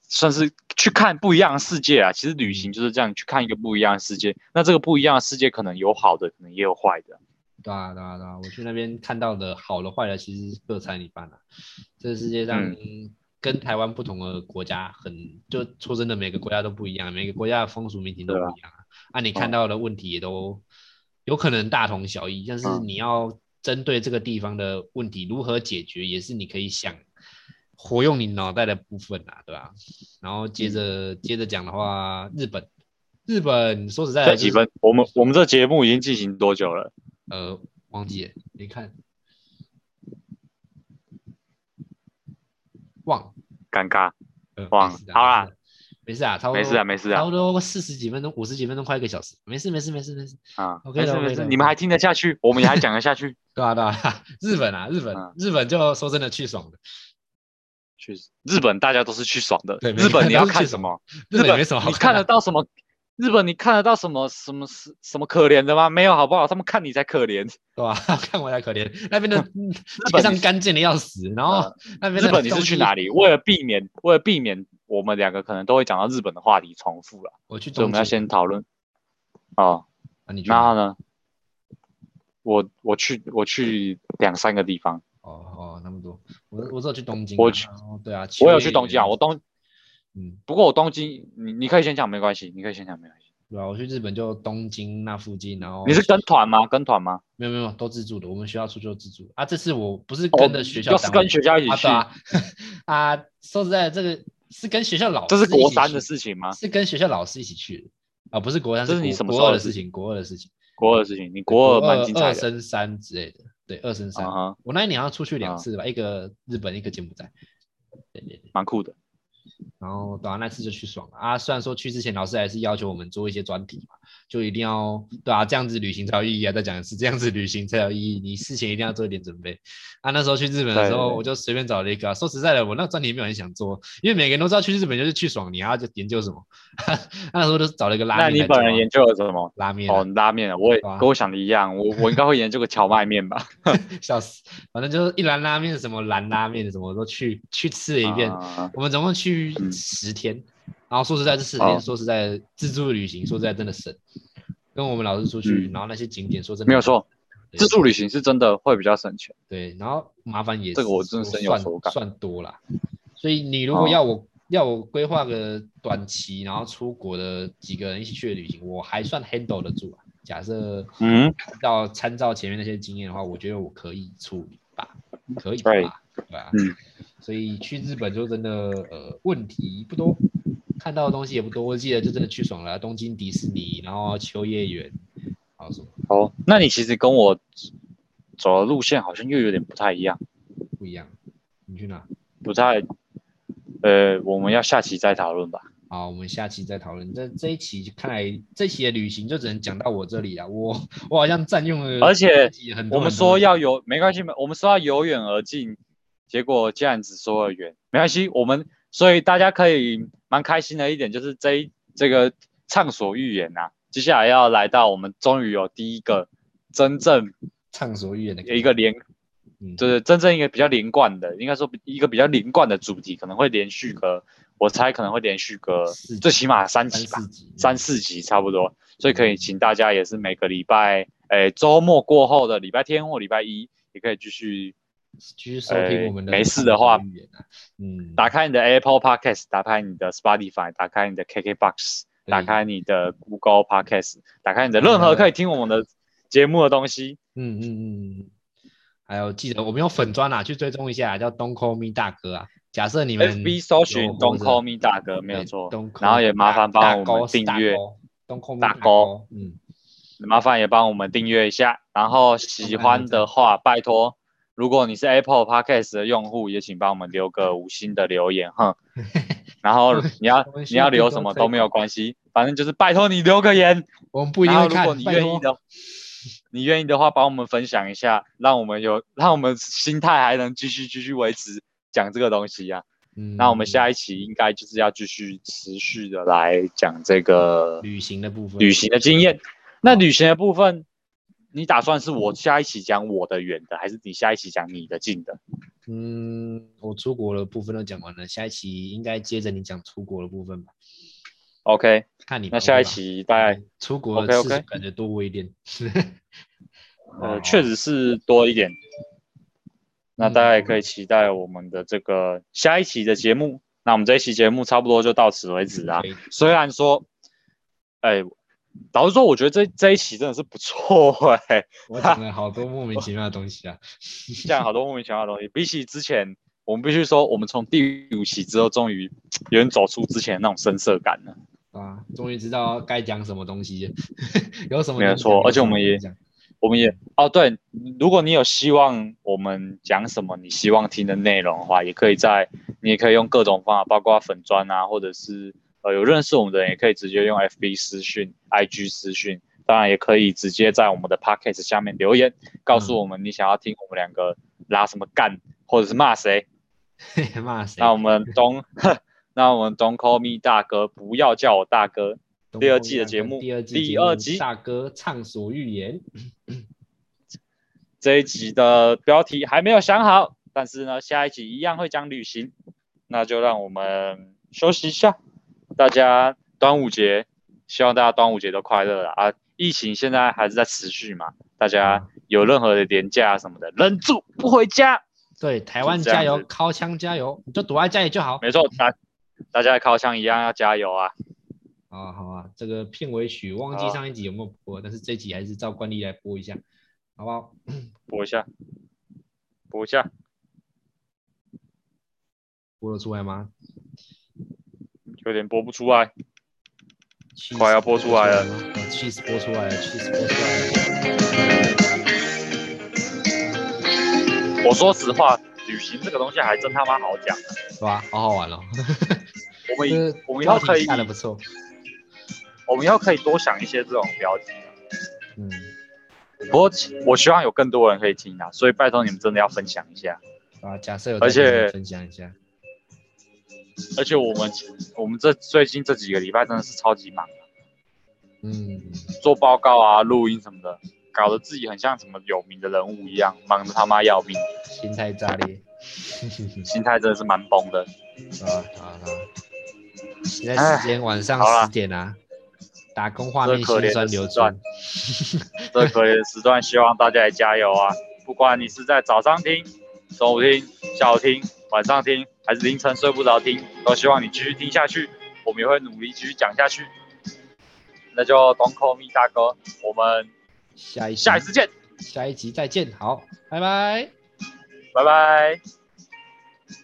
B: 算是去看不一样的世界啊。其实
A: 嗯
B: 旅行就是这样，去看一个不一样的世界。那这个不一样的世界可能有好的，可能也有坏的。
A: 对啊对啊对啊。我去那边看到的好的坏的其实各参一半啊。这世界上
B: 嗯
A: 跟台湾不同的国家很，就说真的，每个国家都不一样，每个国家的风俗民情都不
B: 对啊
A: 一样啊。啊，你看到的问题也都有可能大同小异，但是
B: 嗯
A: 你要针对这个地方的问题如何解决，也是你可以想活用你脑袋的部分啊，对吧、然后接
B: 嗯
A: 着、接着讲的话，日本，日本说实在的
B: 这
A: 就是
B: 几分，我们我们这节目已经进行多久了？
A: 呃，忘记了，你看，忘了，
B: 尴尬，
A: 呃，
B: 忘
A: 没
B: 了
A: 事的
B: 好啦，
A: 没事啊，差不多，
B: 没事啊，没事
A: 差
B: 啊
A: 不，多四十几分钟，五十几分钟，快一个小时，没事，没事，没事，没事，
B: 啊，
A: OK
B: 没事
A: 的
B: 没
A: OK 的
B: 事，你们还听得下去，我们也还讲得下去。
A: 对啊，对啊，日本啊，日本
B: 嗯，
A: 日本就说真的去爽的，
B: 去日本，大家都是去爽的
A: 对。每
B: 日
A: 个人
B: 本你要
A: 都是去
B: 看
A: 爽
B: 什么？
A: 日
B: 日
A: 本也没什么好
B: 你看
A: 的
B: 得 到什么？日本你看得到什么什么什什么可怜的吗？没有好不好？他们看你才可怜。
A: 对吧、 看我才可怜，那边的嗯街
B: 本
A: 上
B: 你是
A: 干净的要死，然后
B: 呃
A: 那边
B: 日本你是去哪
A: 里？
B: 里？为了避免为了避免我们两个可能都会讲到日本的话题重复了，
A: 我去
B: 所以我
A: 东
B: 们要
A: 京，
B: 先讨论。哦，
A: 啊，你去
B: 然
A: 哪
B: 后呢？我我去我去两三个地方，
A: 哦哦，那么多，我我只有去东京啊，
B: 我去
A: 然后对啊，
B: 我有去东京啊，我东
A: 嗯，
B: 不过我东京你你可以先讲没关系，你可以先讲没关系。
A: 对啊，我去日本就东京那附近，然后
B: 你是跟团吗？跟团吗？
A: 没有没有都自助的，我们学校出就自助啊。这次我不是
B: 哦
A: 跟着学校
B: 要是
A: 单位、
B: 跟学校一起
A: 啊
B: 去，
A: 对啊 啊，说实在的，这个是跟学校老
B: 这
A: 师
B: 是
A: 一
B: 国
A: 起
B: 三
A: 去
B: 的事情吗？
A: 是跟学校老师一起去的啊，不是国三，
B: 这是
A: 国
B: 你什么时
A: 国
B: 候
A: 二
B: 的
A: 的事
B: 事
A: 情？国二的事情，
B: 国二的事情，你国二蛮精
A: 二
B: 彩的。
A: 升三之类的，对，二升三。
B: 啊哈，
A: 我那一年好像出去两
B: 啊
A: 次吧，一个日本，一个柬埔寨。对对对，
B: 蛮酷的。
A: 然后对啊，那次就去爽了啊。虽然说去之前老师还是要求我们做一些专题嘛，就一定要对啊，这样子旅行才有意义啊。再讲一次，这样子旅行才有意义，你事前一定要做一点准备啊。那时候去日本的时
B: 对对
A: 候，
B: 对
A: 我就随便找了一个啊、说实在的，我那专题没有很想做，因为每个人都知道去日本就是去爽，你还要研究什么？ 那时候就找了一个拉面
B: 那
A: 来做啊。
B: 你本人研究了什么？
A: 拉面啊、
B: 哦，拉面啊，我也
A: 对啊
B: 跟我想的一样，我我应该会研究个荞麦面 吧。
A: 笑死！反正就是一兰拉面，什么兰拉面，什么我都去去吃了一遍。
B: 啊
A: 我们总共去
B: 嗯
A: 十天，然后说实在，这十天、
B: 哦
A: 说实在的自助旅行，说实在真的省。跟我们老师出去，
B: 嗯
A: 然后那些景点说真的
B: 没有错，
A: 对
B: 自助旅行是真的会比较省钱。
A: 对，然后麻烦也
B: 这个我真的
A: 是
B: 深有
A: 算
B: 所感
A: 算多啦。所以你如果
B: 哦
A: 要我、要我规划个短期，然后出国的几个人一起去的旅行，我还算 handle 得住啊。假设
B: 嗯，
A: 要参照前面那些经验的话，我觉得我可以处理吧，可以吧，
B: Right
A: 对吧、
B: 嗯
A: 所以去日本就真的呃问题不多，看到的东西也不多。我记得就真的去爽了，啊东京迪士尼，然后秋叶原，还有什么
B: 哦，那你其实跟我走的路线好像又有点不太一样，
A: 不一样？你去哪？
B: 不太，呃，我们要下期再讨论吧。
A: 好，我们下期再讨论。这这一期看来，这期的旅行就只能讲到我这里啊。我我好像占用了
B: 而且
A: 自己很多，
B: 我们
A: 很多
B: 说要由没关系，我们说要由远而近，结果竟然只说了远，没关系。我们所以大家可以蛮开心的一点就是这一这个畅所欲言呐、啊接下来要来到我们终于有第一个真正
A: 畅所欲言的
B: 一个连，
A: 嗯，
B: 就是真正一个比较连贯的，应该说一个比较连贯的主题，可能会连续个，我猜可能会连续个
A: 四集
B: 最起码三
A: 三
B: 集吧。
A: 四集，
B: 三四集差不多，所以可以请大家也是每个礼拜，诶、周末过后的礼拜天或礼拜一，也可以继续
A: 继续收听我们的、
B: 呃没事的话，
A: 嗯，
B: 打开你的 Apple Podcast，打开你的 Spotify，打开你的 KKBox，
A: 对
B: 打开你的 Google Podcast，打开你的任何可以听我们的节目的东西。
A: 嗯嗯嗯嗯，还有记得我们有粉砖啊，去追踪一下，叫 Don't Call Me 大哥啊。假设你们
B: FB 搜寻
A: 有活
B: Don't
A: 着
B: Call Me 大哥，没有
A: 对
B: 错。
A: ，Don't Call
B: 然后也麻烦帮我们
A: 大哥是
B: 订阅
A: 大哥，Don't Call Me
B: 大
A: 大
B: 哥
A: 哥，嗯，
B: 麻烦也帮我们订阅一下。然后喜欢的话，拜托，如果你是 Apple Podcast 的用户，也请帮我们留个五星的留言，哼。然后你要
A: 我们
B: 你要留什么都没有关系，反正就是拜托你留个言。
A: 我们不一定
B: 然
A: 会
B: 后如
A: 看，
B: 果你
A: 拜
B: 愿
A: 托
B: 意，的，你愿意的话，帮我们分享 一下，让我们有让我们心态还能继续继续维持讲这个东西呀、啊
A: 嗯
B: 那我们下一期应该就是要继续持续的来讲这个
A: 旅行的部分，
B: 旅行的经验。
A: 哦
B: 那旅行的部分，你打算是我下一期讲我的远的，还是你下一期讲你的近的？
A: 嗯，我出国的部分都讲完了，下一期应该接着你讲出国的部分吧？
B: OK，
A: 看你吧
B: 那下
A: 我
B: 一，期
A: 吧
B: 大概
A: 出国的次
B: OK，OK
A: 数感觉多一点。 哦
B: 呃确实是多一点，那大家也可以期待我们的这个下一期的节目。那我们这一期节目差不多就到此为止啊
A: 可。以，
B: 虽然说，哎、老实说，我觉得这这一期真的是不错 哎、
A: 我讲了好多莫名其妙的东西啊。
B: 讲好多莫名其妙的东西。 比起之前，我们必须说，我们从第五期之后，终于有点走出之前那种深色感了。
A: 啊，终于知道该讲什么东西了， 有什么
B: 没有
A: 能
B: 错
A: 讲有
B: 而且
A: 什
B: 我
A: 么不
B: 们也
A: 讲
B: 我们也哦，对，如果你有希望我们讲什么，你希望听的内容的话，也可以在，你也可以用各种方法，包括粉砖啊，或者是呃有认识我们的人，也可以直接用 FB 私讯、IG 私讯，当然也可以直接在我们的 Podcast 下面留言，告诉我们你想要听我们两个拉什么干，或者是骂谁。
A: 骂谁？
B: 那我们东， 那我们东 call me 大哥，不要叫我大哥。
A: 东
B: 第
A: 坡
B: 二季的
A: 大
B: 节
A: 哥
B: 目
A: 第二季
B: 第
A: 节
B: 二
A: 目
B: 集
A: 大哥畅所欲言，
B: 这一集的标题还没有想好，但是呢，下一集一样会讲旅行。那就让我们休息一下，大家端午节，希望大家端午节都快乐啦啊！疫情现在还是在持续嘛，大家有任何的廉价什么的，忍住不回家。
A: 对，台
B: 就
A: 湾
B: 这样
A: 加油，
B: 子
A: 靠枪加油，你就躲在家里就好。
B: 没错，大大家靠枪一样要加油啊！
A: 啊，好啊，这个片尾曲忘
B: 好
A: 记
B: 啊
A: 上一集有没有播，但是这集还是照惯例来播一下，好不好？
B: 补一下，补一下，
A: 播得出来吗？
B: 有点播不出啊来。
A: 气
B: 快
A: 死
B: 要播出来了
A: 吗，气死播出来了，气死播出来了。
B: 我说实话，旅行这个东西还真他妈好讲。
A: 是吧？好好玩哦，
B: 我们以
A: 这
B: 我们以
A: 标
B: 后可
A: 题
B: 以
A: 下呃的不错，
B: 我们要可以多想一些这种标题。
A: 嗯，
B: 不过我希望有更多人可以听啊，所以拜托你们真的要分享一下。
A: 啊，假设有
B: 而
A: 在跟人
B: 且
A: 分享一下，
B: 而且我们我们这最近这几个礼拜真的是超级忙的，
A: 嗯，
B: 做报告啊、录音什么的，搞得自己很像什么有名的人物一样，忙得他妈要命，
A: 心态炸裂。
B: 心态真的是蛮崩的。
A: 啊好啊！现在
B: 唉
A: 时间晚上
B: 哎好啦
A: 十点啊，打工画
B: 这
A: 面
B: 可
A: 心
B: 怜
A: 酸
B: 的
A: 流
B: 时
A: 转
B: 段。这可怜的时段，希望大家也加油啊！不管你是在早上听、中午听、下午听、晚上听，还是凌晨睡不着听，都希望你继续听下去，我们也会努力继续讲下去。那就 Don't call me 大哥，我们
A: 下一集
B: 下一次见，
A: 下一集再见，好，拜拜。
B: 拜拜。